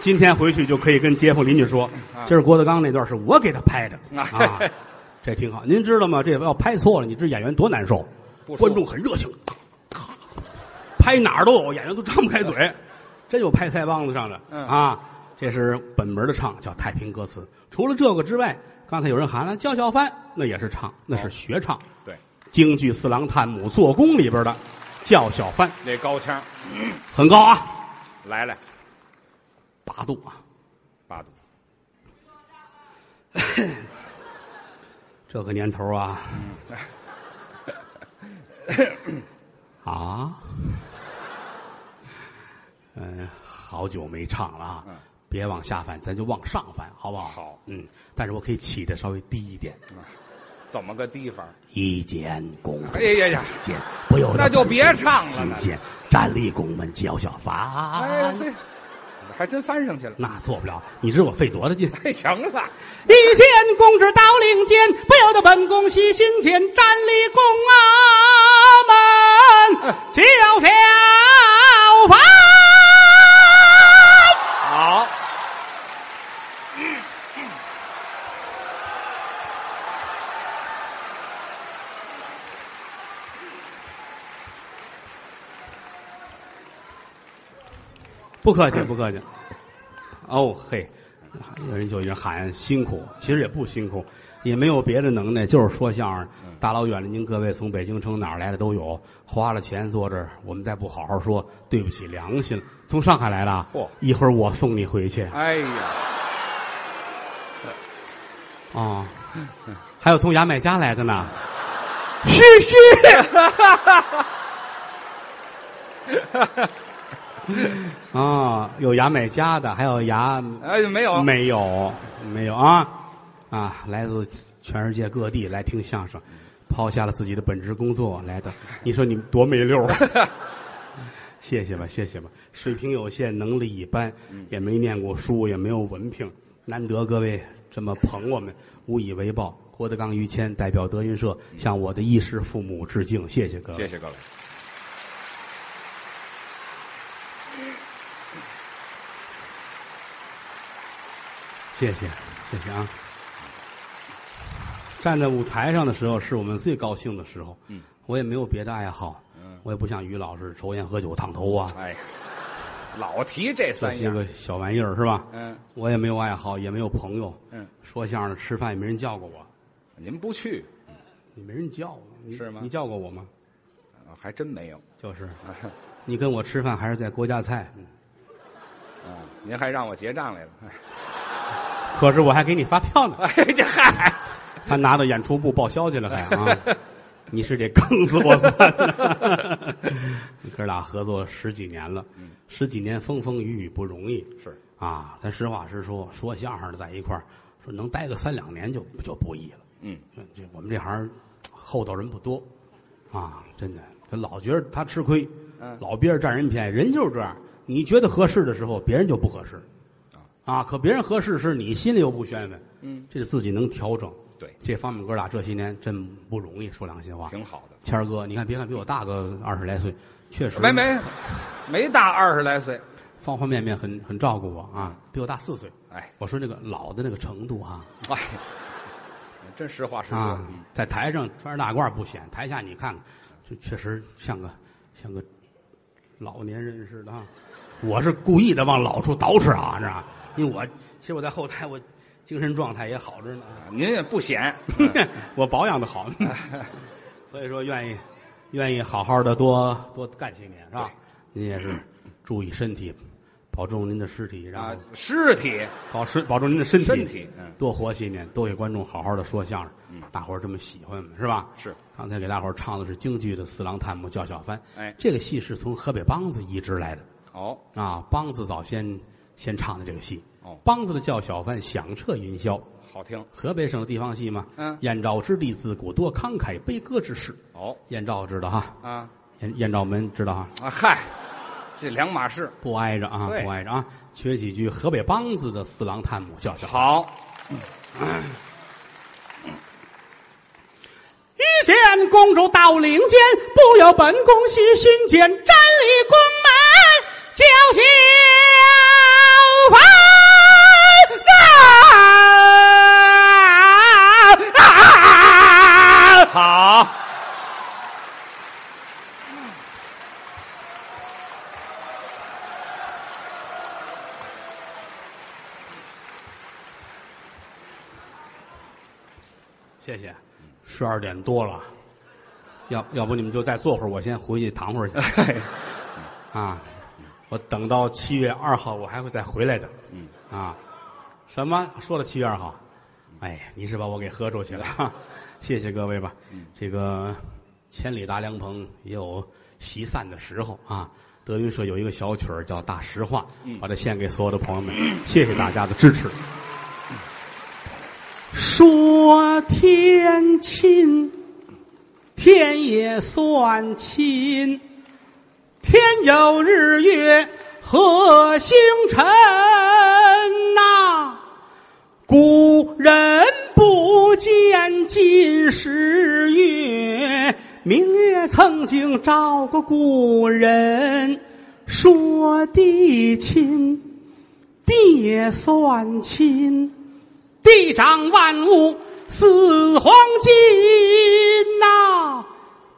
B: 今天回去就可以跟街坊邻居说，今儿郭德纲那段是我给他拍的
C: 啊
B: 啊， 这挺好。您知道吗？这要拍错了，你这演员多难受，
C: 不说
B: 观众很热情，咔拍哪儿都有，演员都张不开嘴，真有拍腮帮子上的、
C: 啊嗯
B: 啊。这是本门的唱，叫太平歌词。除了这个之外，刚才有人喊了叫小帆，那也是唱，那是学唱。
C: 对，
B: 京剧《四郎探母》做工里边的，叫小范，
C: 那高腔，
B: 很高啊，
C: 来来，
B: 八度啊，
C: 八度，
B: 这个年头啊，
C: 嗯
B: 啊，嗯，好久没唱了啊，别往下翻，咱就往上翻，好不好？
C: 嗯好
B: 嗯，但是我可以起的稍微低一点，
C: 怎么个地方？
B: 一肩拱。
C: 哎呀呀，
B: 肩不由得
C: 那就别唱了
B: 心间站立拱门脚小伐，
C: 哎呀，对，还真翻上去了。
B: 那做不了。你知我费多大劲？
C: 嘿，行了，
D: 一见公之到令间，不由得本宫喜心间，站立宫阿
B: 哎
D: 门，叫小凡。
C: 好，
B: 不客气，不客气。哦嘿，有人就已经喊辛苦，其实也不辛苦，也没有别的能耐，就是说相声。大老远的，您各位从北京城哪儿来的都有，花了钱坐这儿，我们再不好好说，对不起良心了。从上海来的啊，
C: 嚯
B: 一会儿我送你回去啊、
C: 哎呀，
B: 还有从牙买加来的呢，
D: 嘘 嘘，
B: 啊、有牙买加的，还有牙
C: 哎，没有，
B: 没有，没有啊啊！来自全世界各地来听相声，抛下了自己的本职工作来的，你说你们多没溜儿 啊！谢谢吧，谢谢吧，水平有限，能力一般，也没念过书，也没有文凭，难得各位这么捧我们，无以为报。郭德纲、于谦代表德云社向我的衣食父母致敬，谢谢各位。
C: 谢谢各位。
B: 谢谢，谢谢啊！站在舞台上的时候，是我们最高兴的时候。嗯，我也没有别的爱好，嗯，我也不像于老师抽烟、喝酒、烫头啊，
C: 哎呀，老提这
B: 这
C: 三
B: 些
C: 样，
B: 个小玩意儿是吧？
C: 嗯，
B: 我也没有爱好，也没有朋友。
C: 嗯，
B: 说相声、吃饭也没人叫过我，
C: 您不去，
B: 你没人叫我，你
C: 是吗
B: 你叫过我吗？
C: 啊还真没有。
B: 就是，你跟我吃饭还是在国家菜，嗯
C: 啊，您还让我结账来了。
B: 可是我还给你发票呢。
C: 哎，这嗨，
B: 他拿到演出部报销去了，还啊！你是得坑死我算了。哥俩合作十几年了，十几年风风雨雨不容易
C: 是
B: 啊。咱实话实说，说相声的在一块儿，说能待个三两年就就不易了。
C: 嗯，
B: 这我们这行厚道人不多啊，真的，他老觉得他吃亏，老别人占人便宜，人就是这样。你觉得合适的时候，别人就不合适，啊，可别人合适是你心里又不宣愤，嗯，这是自己能调整。
C: 对
B: 这方面哥俩这些年真不容易，说良心话。
C: 挺好的。
B: 谦儿哥，你看，别看比我大个二十来岁，确实
C: 没没没大二十来岁，
B: 方方面面很很照顾我啊，比我大四岁。
C: 哎，
B: 我说那个老的那个程度啊，
C: 哎，真实话实说，
B: 啊
C: 嗯，
B: 在台上穿着大褂不显，台下你看看，这确实像个像个老年人似的啊。我是故意的往老处捯饬啊，是吧？因为我其实我在后台我精神状态也好着呢，
C: 您也不显，
B: 我保养的好， 所以说愿意愿意好好的多多干些年，是吧？您也是注意身体，保重您的尸体，然后
C: 啊，尸体
B: 保身保重您的身体，
C: 身体嗯
B: 多活些年，多给观众好好的说相声，大伙儿这么喜欢是吧？
C: 是。
B: 刚才给大伙儿唱的是京剧的《四郎探母叫小番》，
C: 哎
B: 这个戏是从河北梆子移植来的
C: 哦，
B: 啊，梆子早先先唱的这个戏，
C: 哦
B: 梆子的叫小番响彻云霄，
C: 好听
B: 河北省的地方戏嘛，
C: 嗯
B: 燕赵之地自古多慷慨悲歌之士，
C: 哦
B: 燕赵知道哈，
C: 啊
B: 燕燕赵门知道哈，
C: 啊嗨，这两码事，
B: 不挨着啊，
C: 对
B: 不挨着啊，缺几句河北梆子的《四郎探母叫小番》。
C: 好，
D: 一见公主到领间，不由本宫喜心间，站立宫门叫小凡呐啊
C: 好，
B: 谢谢，十二点多了，
E: 要要不你们就再坐会儿，我先回去躺会儿去
C: 哎，
E: 啊。我等到七月二号，我还会再回来的。嗯啊，什么说了七月二号？哎，你是把我给喝出去了，哈谢谢各位吧。这个千里达良朋也有席散的时候啊。德云社有一个小曲儿叫《大实话》，把它献给所有的朋友们，谢谢大家的支持。
B: 说天亲，天也算亲，天有日月和星辰呐、古人不见今时月，明月曾经照过故人。说地亲，地也算亲。地长万物似黄金呐、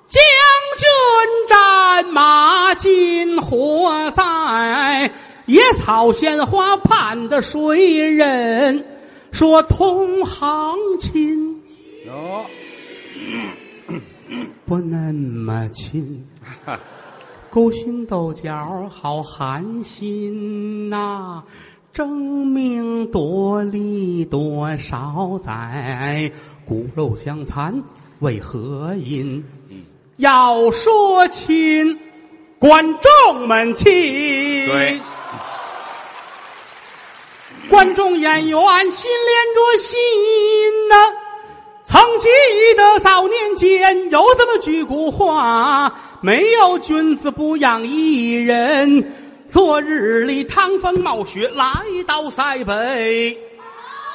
B: 将军战马金火在，野草鲜花盼的谁人？说同行亲
C: 有
B: 不那么亲，勾心斗角好寒心呐、争名夺利多少载，骨肉相残为何因？要说亲，观众们亲。
C: 对，
B: 观众演员心连着心呐、曾记得早年间有这么句古话：没有君子不养艺人。昨日里趟风冒雪来到塞北，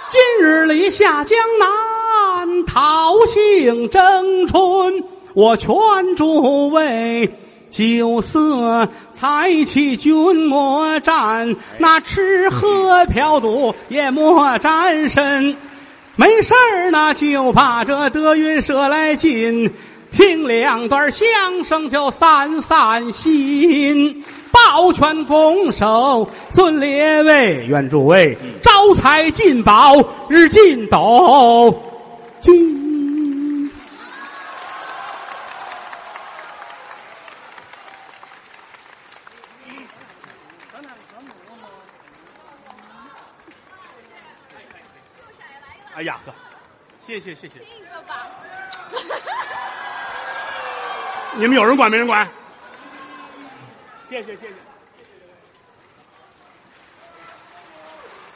B: 今日里下江南，桃杏争春。我劝诸位，酒色财气均莫沾，那吃喝嫖赌也莫沾身。没事儿呢，就把这德云社来进，听两段相声就散散心。抱拳拱手，尊列位，愿诸位招财进宝，日进斗金。
E: 哎呀，呵谢谢谢谢。你们有人管没人管？谢谢谢谢。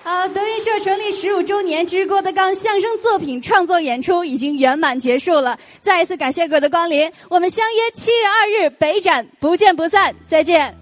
A: 呃，德云社成立十五周年之郭德纲相声作品创作演出已经圆满结束了，再一次感谢各位的光临，我们相约七月二日北展，不见不散，再见。